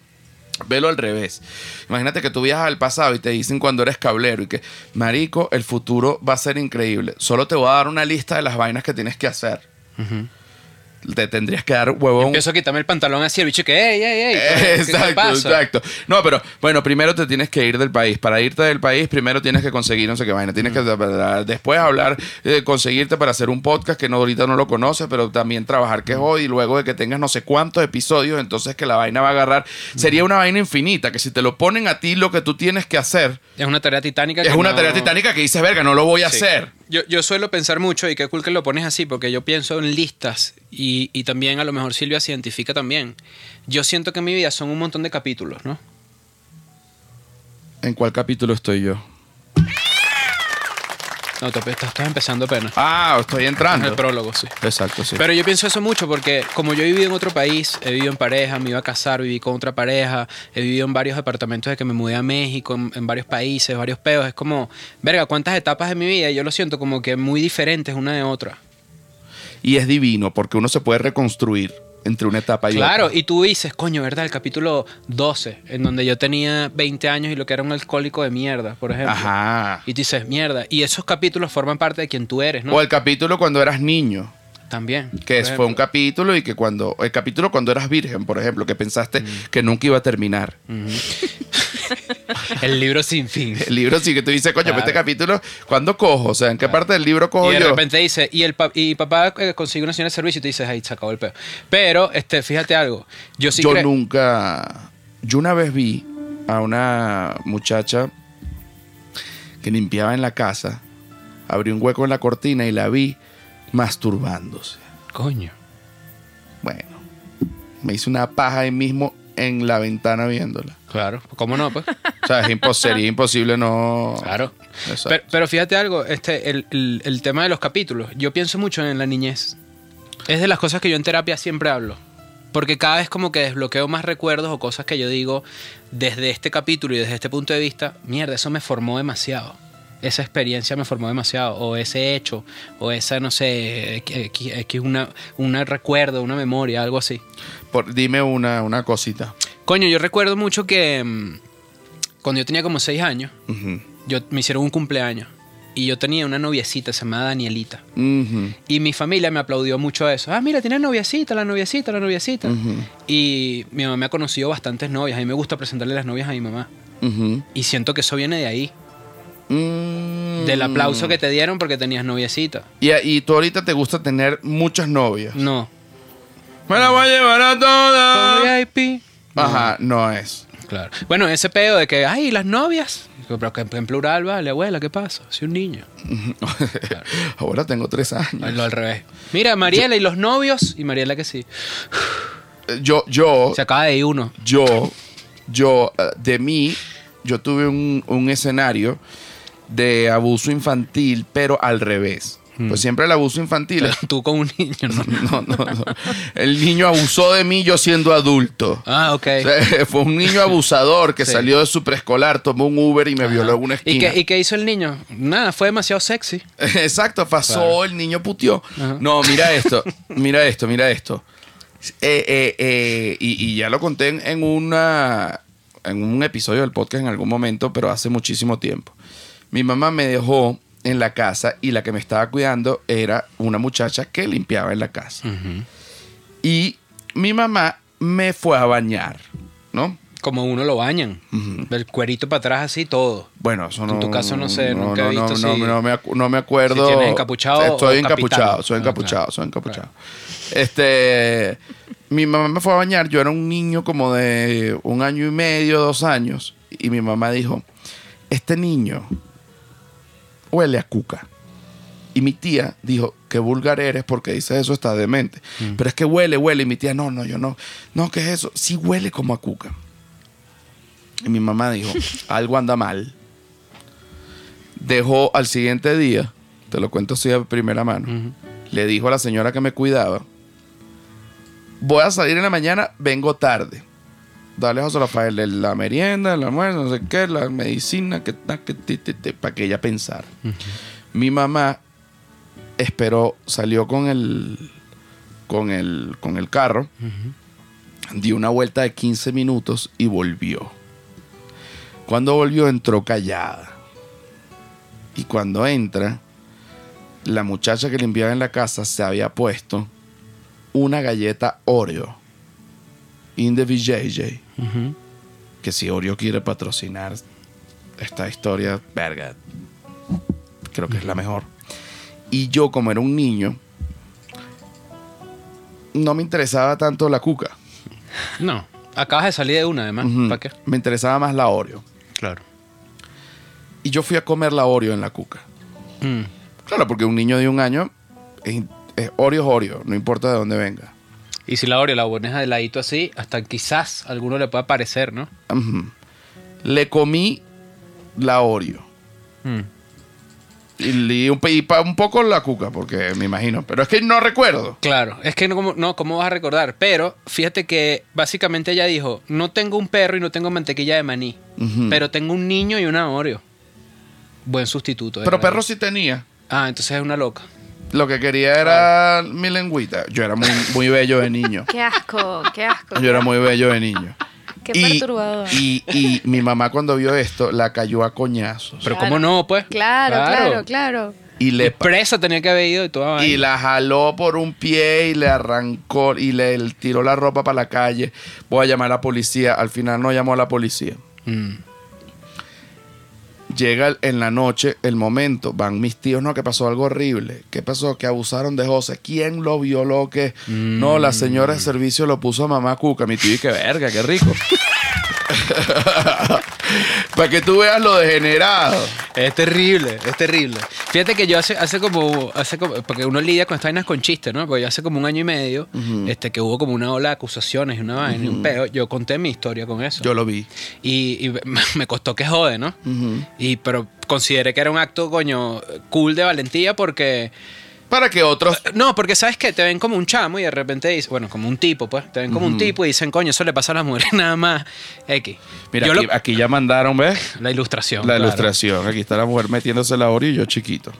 [SPEAKER 1] Velo al revés. Imagínate que tú viajas al pasado y te dicen cuando eres cablero y que, Marico, el futuro va a ser increíble. Solo te voy a dar una lista de las vainas que tienes que hacer. Te tendrías que dar huevón.
[SPEAKER 2] Empiezo a quitarme el pantalón así, el bicho que, ey, ey, ey. ¿qué te
[SPEAKER 1] Exacto,
[SPEAKER 2] pasa?
[SPEAKER 1] exacto. No, pero bueno, primero te tienes que ir del país. Para irte del país, primero tienes que conseguir no sé qué vaina. Tienes que después hablar, eh, conseguirte para hacer un podcast que no ahorita no lo conoces, pero también trabajar
[SPEAKER 2] Mm.
[SPEAKER 1] que es hoy. Y luego de que tengas no sé cuántos episodios, entonces que la vaina va a agarrar.
[SPEAKER 2] Mm.
[SPEAKER 1] Sería una vaina infinita, que si te lo ponen a ti lo que tú tienes que hacer,
[SPEAKER 2] Es una tarea titánica.
[SPEAKER 1] es
[SPEAKER 2] que
[SPEAKER 1] una
[SPEAKER 2] no-
[SPEAKER 1] tarea titánica que dices, verga, no lo voy a
[SPEAKER 2] Sí.
[SPEAKER 1] hacer.
[SPEAKER 2] Yo, yo suelo pensar mucho y qué cool que lo pones así, porque yo pienso en listas y, y también a lo mejor Silvia se identifica también. Yo siento que en mi vida son un montón de capítulos, ¿no?
[SPEAKER 1] ¿En cuál capítulo estoy yo?
[SPEAKER 2] No, te- estás, estás empezando apenas.
[SPEAKER 1] Ah, estoy
[SPEAKER 2] Es el
[SPEAKER 1] entrando.
[SPEAKER 2] prólogo, sí.
[SPEAKER 1] Exacto, sí.
[SPEAKER 2] Pero yo pienso eso mucho porque como yo he vivido en otro país, he vivido en pareja, me iba a casar, viví con otra pareja, he vivido en varios departamentos de que me mudé a México, en, en varios países, varios peos, es como, verga, cuántas etapas de mi vida, y yo lo siento como que muy diferentes una de otra.
[SPEAKER 1] Y es divino porque uno se puede reconstruir entre una etapa y
[SPEAKER 2] Claro,
[SPEAKER 1] otra.
[SPEAKER 2] y tú dices, coño, ¿verdad? El capítulo 12, en donde yo tenía 20 años y lo que era un alcohólico de mierda, por ejemplo.
[SPEAKER 1] Ajá.
[SPEAKER 2] Y tú dices, mierda. Y esos capítulos forman parte de quien tú eres, ¿no?
[SPEAKER 1] O el capítulo cuando eras niño,
[SPEAKER 2] También.
[SPEAKER 1] que
[SPEAKER 2] por
[SPEAKER 1] es- fue un
[SPEAKER 2] ejemplo.
[SPEAKER 1] capítulo y que cuando. El capítulo cuando eras virgen, por ejemplo, que pensaste
[SPEAKER 2] Mm.
[SPEAKER 1] que nunca iba a terminar.
[SPEAKER 2] El libro sin fin.
[SPEAKER 1] El libro sí que tú dices, coño, pero este
[SPEAKER 2] Claro.
[SPEAKER 1] capítulo, ¿cuándo cojo? O sea, ¿en qué parte del libro cojo
[SPEAKER 2] Y de
[SPEAKER 1] yo?
[SPEAKER 2] repente dice, y el pa- y papá eh, consigue una señora de servicio y tú dices, ahí se acabó el peo. Pero, este, fíjate algo. Yo sí
[SPEAKER 1] yo
[SPEAKER 2] creo-
[SPEAKER 1] nunca. Yo una vez vi a una muchacha que limpiaba en la casa, abrí un hueco en la cortina y la vi masturbándose.
[SPEAKER 2] Coño.
[SPEAKER 1] Bueno, me hice una paja ahí mismo en la ventana viéndola.
[SPEAKER 2] Claro. ¿Cómo no, pues?
[SPEAKER 1] O sea, es impos- sería imposible no.
[SPEAKER 2] Claro.
[SPEAKER 1] Exacto.
[SPEAKER 2] Pero, pero fíjate algo, este, el, el- el tema de los capítulos. Yo pienso mucho en la niñez. Es de las cosas que yo en terapia siempre hablo. Porque cada vez como que desbloqueo más recuerdos o cosas que yo digo desde este capítulo y desde este punto de vista, mierda, eso me formó demasiado. Esa experiencia me formó demasiado. O ese hecho, o esa, no sé, es que una, una recuerdo, una memoria, algo así.
[SPEAKER 1] Por- dime una, una cosita.
[SPEAKER 2] Coño, yo recuerdo mucho que mm, cuando yo tenía como seis años,
[SPEAKER 1] Ujú.
[SPEAKER 2] yo, me hicieron un cumpleaños y yo tenía una noviecita, se llamaba Danielita.
[SPEAKER 1] Ujú.
[SPEAKER 2] Y mi familia me aplaudió mucho eso. Ah, mira, tienes noviecita, la noviecita, la noviecita.
[SPEAKER 1] Ujú.
[SPEAKER 2] Y mi mamá me ha conocido bastantes novias. A mí me gusta presentarle las novias a mi mamá.
[SPEAKER 1] Ujú.
[SPEAKER 2] Y siento que eso viene de ahí,
[SPEAKER 1] Mm.
[SPEAKER 2] del aplauso que te dieron porque tenías noviecita.
[SPEAKER 1] Y, y tú ahorita te gusta tener muchas novias.
[SPEAKER 2] No.
[SPEAKER 1] Me la voy a llevar a
[SPEAKER 2] Con
[SPEAKER 1] todas.
[SPEAKER 2] VIP.
[SPEAKER 1] Ajá, no es.
[SPEAKER 2] Claro. Bueno, ese pedo de que, ay, las novias. Pero que en plural, vale, abuela, ¿qué pasa? Soy un niño.
[SPEAKER 1] Ahora tengo tres
[SPEAKER 2] Ay,
[SPEAKER 1] años.
[SPEAKER 2] Lo al revés. Mira, Mariela y los novios. Y Mariela que sí.
[SPEAKER 1] Eh, Yo, yo,
[SPEAKER 2] Se acaba de ir uno.
[SPEAKER 1] yo, yo, eh, de mí, yo tuve un, un escenario de abuso infantil, pero al revés.
[SPEAKER 2] Mm.
[SPEAKER 1] Pues siempre el abuso infantil. es-
[SPEAKER 2] Tú con un niño, ¿no?
[SPEAKER 1] No, no, no. El niño abusó de mí yo siendo adulto.
[SPEAKER 2] Ah, ok.
[SPEAKER 1] O sea, Fue un niño abusador que
[SPEAKER 2] Sí.
[SPEAKER 1] salió de su preescolar, tomó un Uber y me violó en una
[SPEAKER 2] ¿Y
[SPEAKER 1] esquina.
[SPEAKER 2] qué, ¿Y qué hizo el niño? Nada, fue demasiado sexy.
[SPEAKER 1] Exacto, pasó,
[SPEAKER 2] Claro.
[SPEAKER 1] el niño putió.
[SPEAKER 2] Ajá.
[SPEAKER 1] No, mira esto, mira esto, mira esto. Eh, eh, eh, y, y ya lo conté en- en una en un episodio del podcast en algún momento, pero hace muchísimo tiempo. Mi mamá me dejó en la casa y la que me estaba cuidando era una muchacha que limpiaba en la casa. Y mi mamá me fue a bañar, ¿no?
[SPEAKER 2] como uno lo bañan. El cuerito para atrás así, todo.
[SPEAKER 1] Bueno, eso no.
[SPEAKER 2] En tu caso no sé,
[SPEAKER 1] no,
[SPEAKER 2] nunca he
[SPEAKER 1] no,
[SPEAKER 2] visto
[SPEAKER 1] no,
[SPEAKER 2] si-
[SPEAKER 1] no, no me acu- no me acuerdo.
[SPEAKER 2] si tienes encapuchado
[SPEAKER 1] Estoy
[SPEAKER 2] o
[SPEAKER 1] encapuchado,
[SPEAKER 2] capitán.
[SPEAKER 1] soy
[SPEAKER 2] Ah,
[SPEAKER 1] encapuchado,
[SPEAKER 2] claro.
[SPEAKER 1] soy encapuchado. Este. Mi mamá me fue a bañar, yo era un niño como de un año y medio, dos años, y mi mamá dijo: Este niño huele a cuca. Y mi tía dijo, qué vulgar eres porque dices eso, está demente. Pero es que huele, huele. Y mi tía, no, no, yo no. No, ¿qué es eso? Sí huele como a cuca. Y mi mamá dijo, algo anda mal. Dejó al siguiente día, te lo cuento así de primera mano,
[SPEAKER 2] Mm.
[SPEAKER 1] le dijo a la señora que me cuidaba, voy a salir en la mañana, vengo tarde. Dale a José Rafael el- la merienda, el almuerzo, no sé qué, la medicina, que, ta, que, ti, ti, ti, para que ella pensara. Mi mamá esperó, salió con el con el con el carro, dio una vuelta de 15 minutos y volvió. Cuando volvió entró callada. Y cuando entra, la muchacha que limpiaba en la casa se había puesto una galleta Oreo in the VJJ. Que si Oreo quiere patrocinar esta historia, verga, creo que es la mejor. Y yo, como era un niño, no me interesaba tanto la cuca.
[SPEAKER 2] No. Acabas de salir de una, además.
[SPEAKER 1] Ujú.
[SPEAKER 2] ¿Para Ah, qué?
[SPEAKER 1] Me interesaba más la Oreo.
[SPEAKER 2] Claro.
[SPEAKER 1] Y yo fui a comer la Oreo en la cuca.
[SPEAKER 2] Mm.
[SPEAKER 1] Claro, porque un niño de un año es, es Oreo es Oreo, no importa de dónde venga.
[SPEAKER 2] Y si la Oreo la pones de ladito así, hasta quizás a alguno le pueda parecer, ¿no?
[SPEAKER 1] Ujú. Le comí la Oreo. Mm. Y le di un, pe- y pa- un poco la cuca, porque me imagino. Pero es que no recuerdo.
[SPEAKER 2] Claro, es que no, como- no, ¿cómo vas a recordar? Pero fíjate que básicamente ella dijo, no tengo un perro y no tengo mantequilla de maní,
[SPEAKER 1] Ujú.
[SPEAKER 2] pero tengo un niño y una Oreo. Buen sustituto.
[SPEAKER 1] Pero
[SPEAKER 2] ¿verdad?
[SPEAKER 1] perro sí tenía.
[SPEAKER 2] Ah, entonces es una loca.
[SPEAKER 1] Lo que quería era mi lengüita. Yo era muy, muy bello de niño.
[SPEAKER 3] Qué asco, qué asco.
[SPEAKER 1] Yo era muy bello de niño.
[SPEAKER 3] Qué
[SPEAKER 1] Y-
[SPEAKER 3] perturbador.
[SPEAKER 1] Y, y mi mamá cuando vio esto la cayó a coñazos.
[SPEAKER 2] Pero
[SPEAKER 3] Claro.
[SPEAKER 2] ¿cómo no, pues?
[SPEAKER 3] Claro, claro, claro,
[SPEAKER 1] Y
[SPEAKER 2] Y
[SPEAKER 1] le pa-
[SPEAKER 2] presa tenía que haber ido y toda vaina.
[SPEAKER 1] y la jaló por un pie y le arrancó y le tiró la ropa para la calle. Voy a llamar a la policía. Al final no llamó a la policía.
[SPEAKER 2] Mm.
[SPEAKER 1] Llega el- en la noche el momento. Van mis tíos, no, que pasó algo horrible. ¿Qué pasó? Que abusaron de José. ¿Quién lo violó? que No, la señora de servicio lo puso a mamá Cuca. Mi tío, y qué verga, qué rico. para que tú veas lo degenerado.
[SPEAKER 2] Es terrible, es terrible. Fíjate que yo hace, hace, como, hace como- porque uno lidia con estas vainas con chistes, ¿no? Porque yo hace como un año y medio, este, que hubo como una ola de acusaciones y una vaina y un peo, yo conté mi historia con eso.
[SPEAKER 1] Yo lo vi.
[SPEAKER 2] y, y me costó que jode, ¿no?
[SPEAKER 1] Ujú.
[SPEAKER 2] Y pero consideré que era un acto, coño, cool de valentía porque...
[SPEAKER 1] Para que otros
[SPEAKER 2] No, porque sabes que te ven como un chamo y de repente dices, bueno, como un tipo, pues, te ven como un tipo y dicen, coño, eso le pasa a las mujeres nada más. X.
[SPEAKER 1] Mira,
[SPEAKER 2] Yo
[SPEAKER 1] aquí,
[SPEAKER 2] lo-
[SPEAKER 1] aquí ya mandaron, ¿ves?
[SPEAKER 2] la ilustración.
[SPEAKER 1] La
[SPEAKER 2] claro.
[SPEAKER 1] ilustración. Aquí está la mujer metiéndose la orilla y yo chiquito.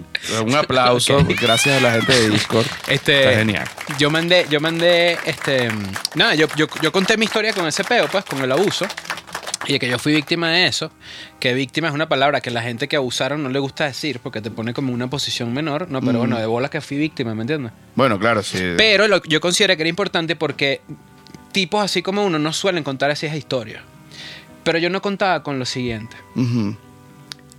[SPEAKER 1] Un aplauso.
[SPEAKER 2] Ok.
[SPEAKER 1] Gracias a la gente de Discord.
[SPEAKER 2] Este,
[SPEAKER 1] Está genial.
[SPEAKER 2] Yo mandé, yo mandé, este, mm, nada, yo, yo, yo conté mi historia con ese peo, pues, con el abuso. Y de que yo fui víctima de eso, que víctima es una palabra que la gente que abusaron no le gusta decir porque te pone como en una posición menor. No,
[SPEAKER 1] Mm.
[SPEAKER 2] pero bueno, de bolas que fui víctima, ¿me entiendes?
[SPEAKER 1] Bueno, claro, sí.
[SPEAKER 2] Pero lo- yo consideré que era importante porque tipos así como uno no suelen contar así esas historias. Pero yo no contaba con lo siguiente.
[SPEAKER 1] Ujú,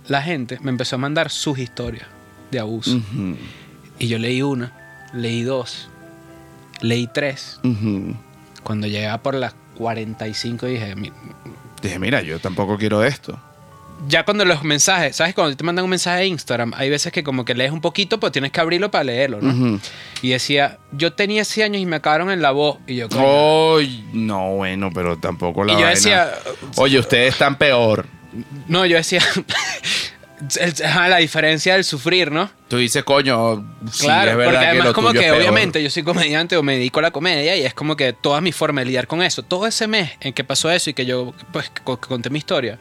[SPEAKER 2] La gente me empezó a mandar sus historias de abuso.
[SPEAKER 1] ujú,
[SPEAKER 2] Y yo leí una, leí dos, leí tres.
[SPEAKER 1] ujú.
[SPEAKER 2] Cuando llegaba por las 45 dije, "Mi-
[SPEAKER 1] Dije, mira, yo tampoco quiero esto.
[SPEAKER 2] ya cuando los mensajes, ¿sabes? Cuando te mandan un mensaje de Instagram, hay veces que como que lees un poquito, pues tienes que abrirlo para leerlo, ¿no?
[SPEAKER 1] Ujú.
[SPEAKER 2] Y decía, yo tenía 10 años y me acabaron en la voz. Y yo, coño,
[SPEAKER 1] Oh. Ay, no, bueno, pero tampoco la
[SPEAKER 2] Y yo
[SPEAKER 1] vaina.
[SPEAKER 2] decía-
[SPEAKER 1] Oye, ustedes están peor.
[SPEAKER 2] No, yo decía. el- ajá, la diferencia del sufrir, ¿no?
[SPEAKER 1] Tú dices, coño, sí,
[SPEAKER 2] claro,
[SPEAKER 1] es
[SPEAKER 2] porque
[SPEAKER 1] verdad
[SPEAKER 2] además,
[SPEAKER 1] que lo
[SPEAKER 2] como
[SPEAKER 1] tuyo
[SPEAKER 2] que
[SPEAKER 1] es peor.
[SPEAKER 2] obviamente yo soy comediante o me dedico a la comedia y es como que todas mis formas de lidiar con eso. Todo ese mes en que pasó eso y que yo pues, co- que conté mi historia,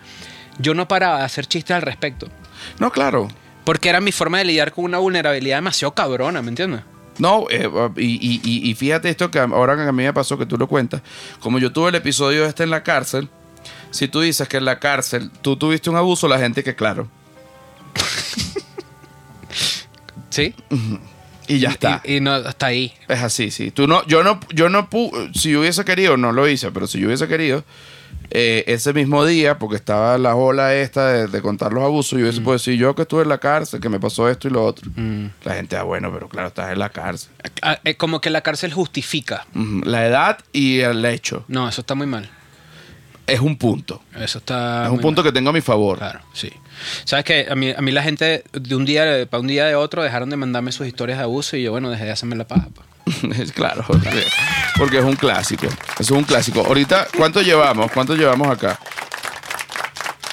[SPEAKER 2] yo no paraba de hacer chistes al respecto.
[SPEAKER 1] No, claro.
[SPEAKER 2] Porque era mi forma de lidiar con una vulnerabilidad demasiado cabrona, ¿me entiendes?
[SPEAKER 1] No, eh, y, y- y- y fíjate esto que ahora que a mí me pasó que tú lo cuentas. Como yo tuve el episodio este en la cárcel, si tú dices que en la cárcel tú tuviste un abuso, la gente que claro.
[SPEAKER 2] ¿Sí?
[SPEAKER 1] Y ya está.
[SPEAKER 2] Y, y no, hasta ahí.
[SPEAKER 1] Es así, sí. Tú no, yo no, yo no pu si yo hubiese querido, no lo hice, pero si yo hubiese querido, eh, ese mismo día, porque estaba la ola esta de, de contar los abusos, yo hubiese podido decir yo que estuve en la cárcel, que me pasó esto y lo otro. La gente, ah, bueno, pero claro, estás en la cárcel.
[SPEAKER 2] Ah, eh, Como que la cárcel justifica.
[SPEAKER 1] Ujú. La edad y el hecho
[SPEAKER 2] No, eso está muy mal.
[SPEAKER 1] es un punto.
[SPEAKER 2] Eso está.
[SPEAKER 1] es un
[SPEAKER 2] Ah, muy
[SPEAKER 1] punto
[SPEAKER 2] mal.
[SPEAKER 1] que tengo a mi favor.
[SPEAKER 2] Claro, sí. Sabes que a mí, a mí la gente de un día de- para un día de otro dejaron de mandarme sus historias de abuso y yo, bueno, dejé de hacerme la paja. pues.
[SPEAKER 1] Es claro, porque, porque es un clásico. Eso es un clásico. Ahorita, ¿cuánto llevamos? ¿Cuánto llevamos acá?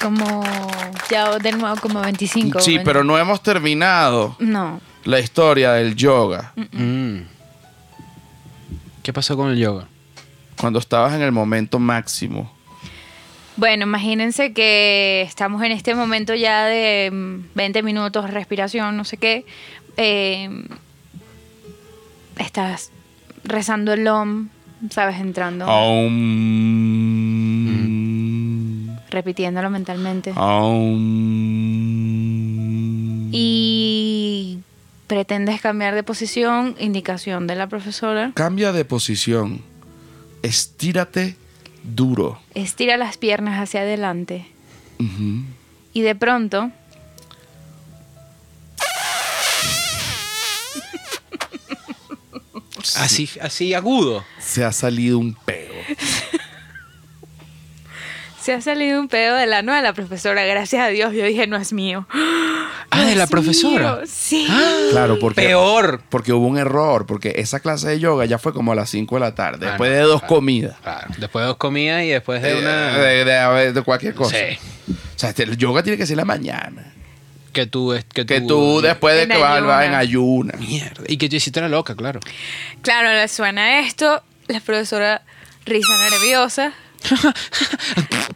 [SPEAKER 3] Como ya de nuevo como 25.
[SPEAKER 1] Sí,
[SPEAKER 3] bueno.
[SPEAKER 1] pero no hemos terminado
[SPEAKER 3] No.
[SPEAKER 1] la historia del yoga.
[SPEAKER 2] Mm. ¿Qué pasó con el yoga?
[SPEAKER 1] Cuando estabas en el momento máximo.
[SPEAKER 3] Bueno, imagínense que estamos en este momento ya de mm, 20 minutos, respiración, no sé qué. Eh, estás rezando el OM, ¿sabes? Entrando,
[SPEAKER 2] Ah.
[SPEAKER 1] Aum.
[SPEAKER 3] repitiéndolo mentalmente.
[SPEAKER 2] Ah.
[SPEAKER 1] Aum.
[SPEAKER 3] Y pretendes cambiar de posición, indicación de la profesora.
[SPEAKER 1] Cambia de posición. Estírate duro.
[SPEAKER 3] Estira las piernas hacia adelante.
[SPEAKER 1] Ujú.
[SPEAKER 3] Y de pronto.
[SPEAKER 2] Así, así agudo.
[SPEAKER 1] Se ha salido un peo.
[SPEAKER 3] Se ha salido un pedo de la de la profesora, gracias a Dios. Yo dije, no es mío.
[SPEAKER 2] Ah, de la
[SPEAKER 3] Dios
[SPEAKER 2] profesora. Ah.
[SPEAKER 3] mío, Sí.
[SPEAKER 1] Claro, porque.
[SPEAKER 2] Peor.
[SPEAKER 1] Porque hubo un error, porque esa clase de yoga ya fue como a las 5 de la tarde,
[SPEAKER 2] Ah,
[SPEAKER 1] después
[SPEAKER 2] no,
[SPEAKER 1] de dos
[SPEAKER 2] claro.
[SPEAKER 1] comidas.
[SPEAKER 2] Claro, después de dos comidas y después de
[SPEAKER 1] Eh,
[SPEAKER 2] una.
[SPEAKER 1] de, de- de cualquier cosa.
[SPEAKER 2] Sí.
[SPEAKER 1] O sea, este, el yoga tiene que ser la mañana.
[SPEAKER 2] Que tú. es- Que tú,
[SPEAKER 1] Que tú después de
[SPEAKER 3] En
[SPEAKER 1] que vas vas en
[SPEAKER 3] ayuna.
[SPEAKER 1] ayuna.
[SPEAKER 2] Mierda. Y que yo hiciste la loca, claro.
[SPEAKER 3] Claro, le suena esto. La profesora risa nerviosa.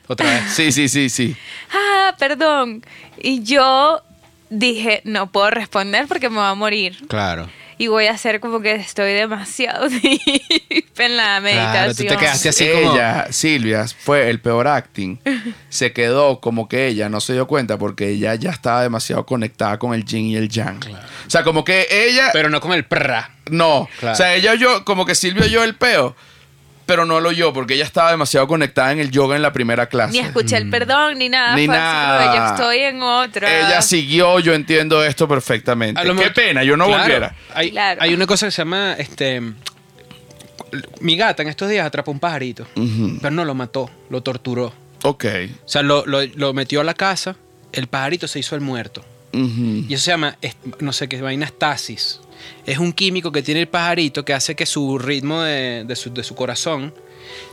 [SPEAKER 2] Otra vez.
[SPEAKER 1] Sí, sí, sí, sí.
[SPEAKER 3] Ah, perdón. Y yo dije, no puedo responder porque me va a morir.
[SPEAKER 2] Claro.
[SPEAKER 3] Y voy a hacer como que estoy demasiado deep en la
[SPEAKER 2] Claro, tú te
[SPEAKER 3] meditación.
[SPEAKER 2] quedaste así como-
[SPEAKER 1] ella, Silvia, fue el peor acting. se quedó como que ella no se dio cuenta porque ella ya estaba demasiado conectada con el yin y el yang. O sea, como que ella
[SPEAKER 2] Pero no con el prra.
[SPEAKER 1] No.
[SPEAKER 2] Claro.
[SPEAKER 1] O sea, ella oyó, como que Silvia oyó el peo, pero no lo oyó porque ella estaba demasiado conectada en el yoga en la primera clase.
[SPEAKER 3] Ni escuché
[SPEAKER 2] Mm.
[SPEAKER 3] el perdón, ni nada.
[SPEAKER 1] Ni
[SPEAKER 3] Fue así como,
[SPEAKER 1] nada.
[SPEAKER 3] Yo estoy en otra.
[SPEAKER 1] Ella siguió, yo entiendo esto perfectamente.
[SPEAKER 2] A lo
[SPEAKER 1] Qué
[SPEAKER 2] mejor-
[SPEAKER 1] pena, yo no
[SPEAKER 2] Claro.
[SPEAKER 1] volviera.
[SPEAKER 2] Hay,
[SPEAKER 3] Claro.
[SPEAKER 2] hay una cosa que se llama, este, mi gata en estos días atrapó un pajarito,
[SPEAKER 1] Mm.
[SPEAKER 2] pero no lo mató, lo torturó.
[SPEAKER 1] Ok.
[SPEAKER 2] O sea, lo, lo- lo metió a la casa, el pajarito se hizo el muerto.
[SPEAKER 1] Ujú.
[SPEAKER 2] Y eso se llama, es- no sé qué vaina, estasis. Es un químico que tiene el pajarito que hace que su ritmo de, de su, de su corazón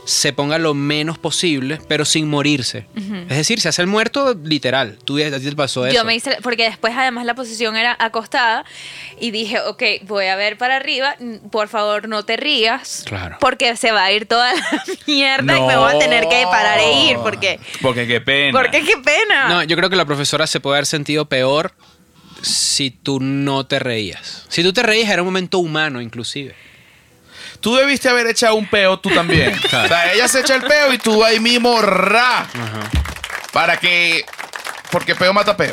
[SPEAKER 2] se ponga lo menos posible, pero sin morirse. Es decir, se hace el muerto literal. Tú a ti te pasó eso.
[SPEAKER 3] Yo me hice, porque después además la posición era acostada y dije, ok, voy a ver para arriba, mm, por favor no te rías,
[SPEAKER 2] Claro.
[SPEAKER 3] porque se va a ir toda la mierda y me
[SPEAKER 1] No.
[SPEAKER 3] voy a tener que parar e ir, porque,
[SPEAKER 1] Porque qué pena.
[SPEAKER 3] porque qué pena.
[SPEAKER 2] No, yo creo que la profesora se puede haber sentido peor si tú no te reías. Si tú te reías era un momento humano inclusive.
[SPEAKER 1] Tú debiste haber echado un peo tú también. O sea, ella se echa el peo y tú ahí mismo ra. Para que. Porque peo mata peo.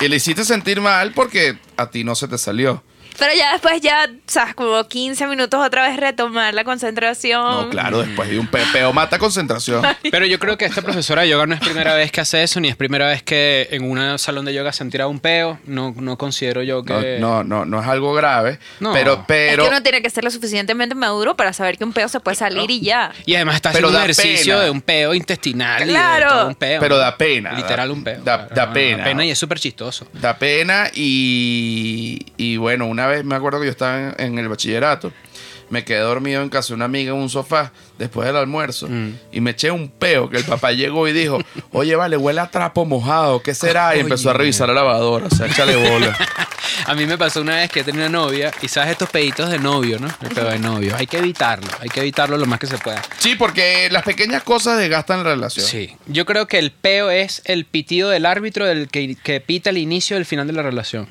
[SPEAKER 1] Y le hiciste sentir mal porque a ti no se te salió.
[SPEAKER 3] Pero ya después ya, sabes, como 15 minutos otra vez retomar la concentración.
[SPEAKER 1] No, claro, después de un pe- peo mata concentración.
[SPEAKER 2] Pero yo creo que esta profesora de yoga no es primera vez que hace eso, ni es primera vez que en un salón de yoga se han tirado un peo. No, no considero yo
[SPEAKER 1] No,
[SPEAKER 2] que...
[SPEAKER 1] no, no, no es algo grave.
[SPEAKER 2] No.
[SPEAKER 1] Pero, pero.
[SPEAKER 3] es que uno tiene que ser lo suficientemente maduro para saber que un pedo se puede salir y ya.
[SPEAKER 2] Y además está
[SPEAKER 1] Pero
[SPEAKER 2] haciendo un
[SPEAKER 1] da
[SPEAKER 2] ejercicio
[SPEAKER 1] pena.
[SPEAKER 2] de un peo intestinal. y de
[SPEAKER 3] Claro.
[SPEAKER 2] todo un peo.
[SPEAKER 1] Pero da pena,
[SPEAKER 2] Literal
[SPEAKER 1] da-
[SPEAKER 2] un peo.
[SPEAKER 1] da- da
[SPEAKER 2] Claro,
[SPEAKER 1] pena.
[SPEAKER 2] Da pena y es súper chistoso.
[SPEAKER 1] Da pena y, y bueno, una vez me acuerdo que yo estaba en, en el bachillerato. Me quedé dormido en casa de una amiga en un sofá después del almuerzo
[SPEAKER 2] Mm.
[SPEAKER 1] y me eché un peo que el papá llegó y dijo, oye, vale, huele a trapo mojado, ¿qué será? Y empezó a
[SPEAKER 2] Oye.
[SPEAKER 1] revisar la lavadora, o sea, échale bola.
[SPEAKER 2] A mí me pasó una vez que tenía una novia y sabes estos peditos de novio, ¿no? El peo de novio. Hay que evitarlo, hay que evitarlo lo más que se pueda.
[SPEAKER 1] sí, porque las pequeñas cosas desgastan la relación.
[SPEAKER 2] Sí, yo creo que el peo es el pitido del árbitro del que, que pita el inicio y el final de la relación.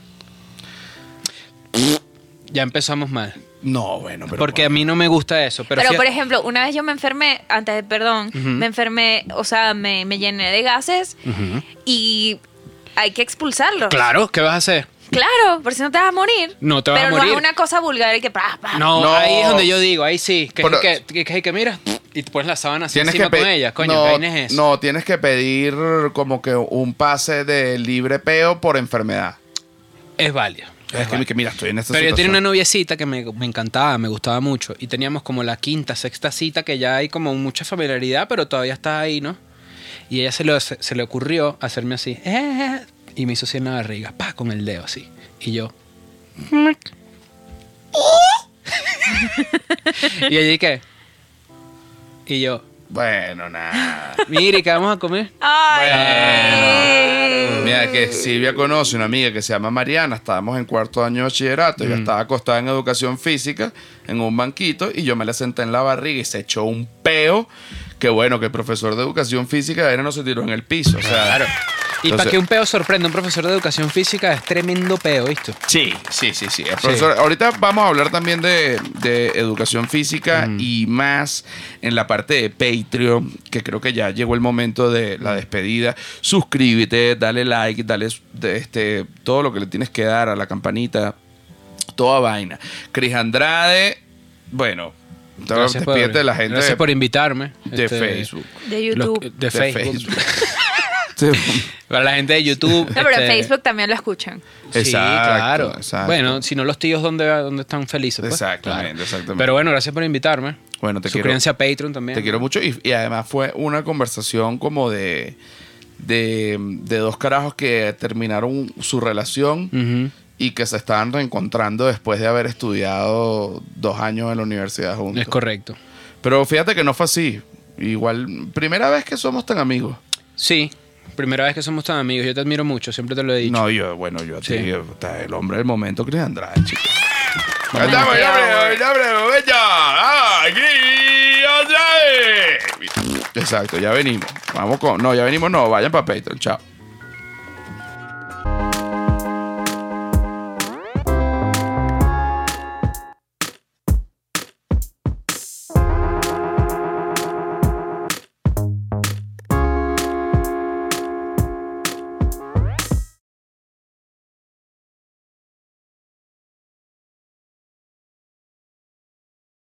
[SPEAKER 2] Ya empezamos mal.
[SPEAKER 1] No, bueno, pero...
[SPEAKER 2] porque a mí no me gusta eso. Pero,
[SPEAKER 3] Pero,
[SPEAKER 2] fíjate-
[SPEAKER 3] por ejemplo, una vez yo me enfermé, antes de, perdón, me enfermé, o sea, me, me llené de gases y hay que expulsarlos.
[SPEAKER 2] claro, ¿qué vas a hacer?
[SPEAKER 3] Claro, por si no te vas a morir.
[SPEAKER 2] No te vas
[SPEAKER 3] Pero
[SPEAKER 2] a
[SPEAKER 3] no
[SPEAKER 2] morir.
[SPEAKER 3] es una cosa vulgar y que. pa, pa.
[SPEAKER 2] Ah, No,
[SPEAKER 1] No.
[SPEAKER 2] ahí es donde yo digo, ahí sí. Que, es
[SPEAKER 1] Pero-
[SPEAKER 2] que, que, que- que mira, y te pones la sábana así
[SPEAKER 1] Tienes
[SPEAKER 2] encima
[SPEAKER 1] que pe-
[SPEAKER 2] con ella. Coño,
[SPEAKER 1] no,
[SPEAKER 2] ¿qué vaina es eso?
[SPEAKER 1] no, tienes que pedir como que un pase de libre peo por enfermedad.
[SPEAKER 2] Es válido.
[SPEAKER 1] Es que, que mira, estoy en esta
[SPEAKER 2] Pero yo tenía una
[SPEAKER 1] situación.
[SPEAKER 2] noviecita que me, me encantaba, me gustaba mucho. Y teníamos como la quinta, sexta cita que ya hay como mucha familiaridad, pero todavía está ahí, ¿no? Y ella se, lo- se, se le ocurrió hacerme así. "Eh", y me hizo así en la barriga, pa, con el dedo así. Y yo.
[SPEAKER 1] ¿Eh?
[SPEAKER 2] "Mic". y allí qué. Y yo,
[SPEAKER 1] Bueno, nada.
[SPEAKER 2] mire, ¿qué vamos a comer?
[SPEAKER 3] Ay.
[SPEAKER 1] Mira, que Silvia conoce una amiga que se llama Mariana. Estábamos en cuarto año de bachillerato. Ella estaba acostada en educación física, en un banquito, y yo me la senté en la barriga y se echó un peo. Que bueno, que el profesor de educación física era no se tiró en el piso. O sea, claro.
[SPEAKER 2] Y para que un peo sorprenda a un profesor de educación física es tremendo peo, ¿viste?
[SPEAKER 1] Sí, sí, sí, sí. Eh, profesor, ahorita vamos a hablar también de, de educación física y más en la parte de Patreon, que creo que ya llegó el momento de la despedida. Suscríbete, dale like, dale de este, todo lo que le tienes que dar a la campanita, toda vaina. Cris Andrade, bueno,
[SPEAKER 2] Gracias por-
[SPEAKER 1] despídete de la gente
[SPEAKER 2] Gracias
[SPEAKER 1] de,
[SPEAKER 2] por invitarme.
[SPEAKER 1] de
[SPEAKER 2] Este,
[SPEAKER 1] Facebook.
[SPEAKER 3] De
[SPEAKER 2] los-
[SPEAKER 3] YouTube.
[SPEAKER 2] de, Facebook.
[SPEAKER 1] Facebook.
[SPEAKER 2] Para la gente de YouTube.
[SPEAKER 3] No, pero en
[SPEAKER 2] este,
[SPEAKER 3] Facebook también lo escuchan.
[SPEAKER 2] Sí,
[SPEAKER 1] Exacto,
[SPEAKER 2] claro.
[SPEAKER 1] exacto.
[SPEAKER 2] Bueno, si no los tíos, ¿dónde, dónde están felices? pues?
[SPEAKER 1] Exactamente, exactamente.
[SPEAKER 2] Pero bueno, gracias por invitarme.
[SPEAKER 1] Bueno, te quiero-
[SPEAKER 2] Suscríbanse a Patreon también.
[SPEAKER 1] Te quiero mucho. Y, y además fue una conversación como de, de, de dos carajos que terminaron su relación
[SPEAKER 2] Ujú.
[SPEAKER 1] y que se estaban reencontrando después de haber estudiado dos años en la universidad juntos.
[SPEAKER 2] Es correcto.
[SPEAKER 1] Pero fíjate que no fue así. Igual, primera vez que somos tan amigos.
[SPEAKER 2] Sí, primera vez que somos tan amigos. Yo te admiro mucho, siempre te lo he dicho.
[SPEAKER 1] No, yo, bueno, yo a ti,
[SPEAKER 2] Sí.
[SPEAKER 1] puta, el hombre del momento, Cris Andrade, chico.
[SPEAKER 3] Bueno,
[SPEAKER 1] ¡Andamos,
[SPEAKER 3] te
[SPEAKER 1] el hombre,
[SPEAKER 3] amo.
[SPEAKER 1] el hombre del momento! ¡Ah, Cris Andrade! Exacto, ya venimos. Vamos con. No, ya venimos, no, vayan para Patreon, chao.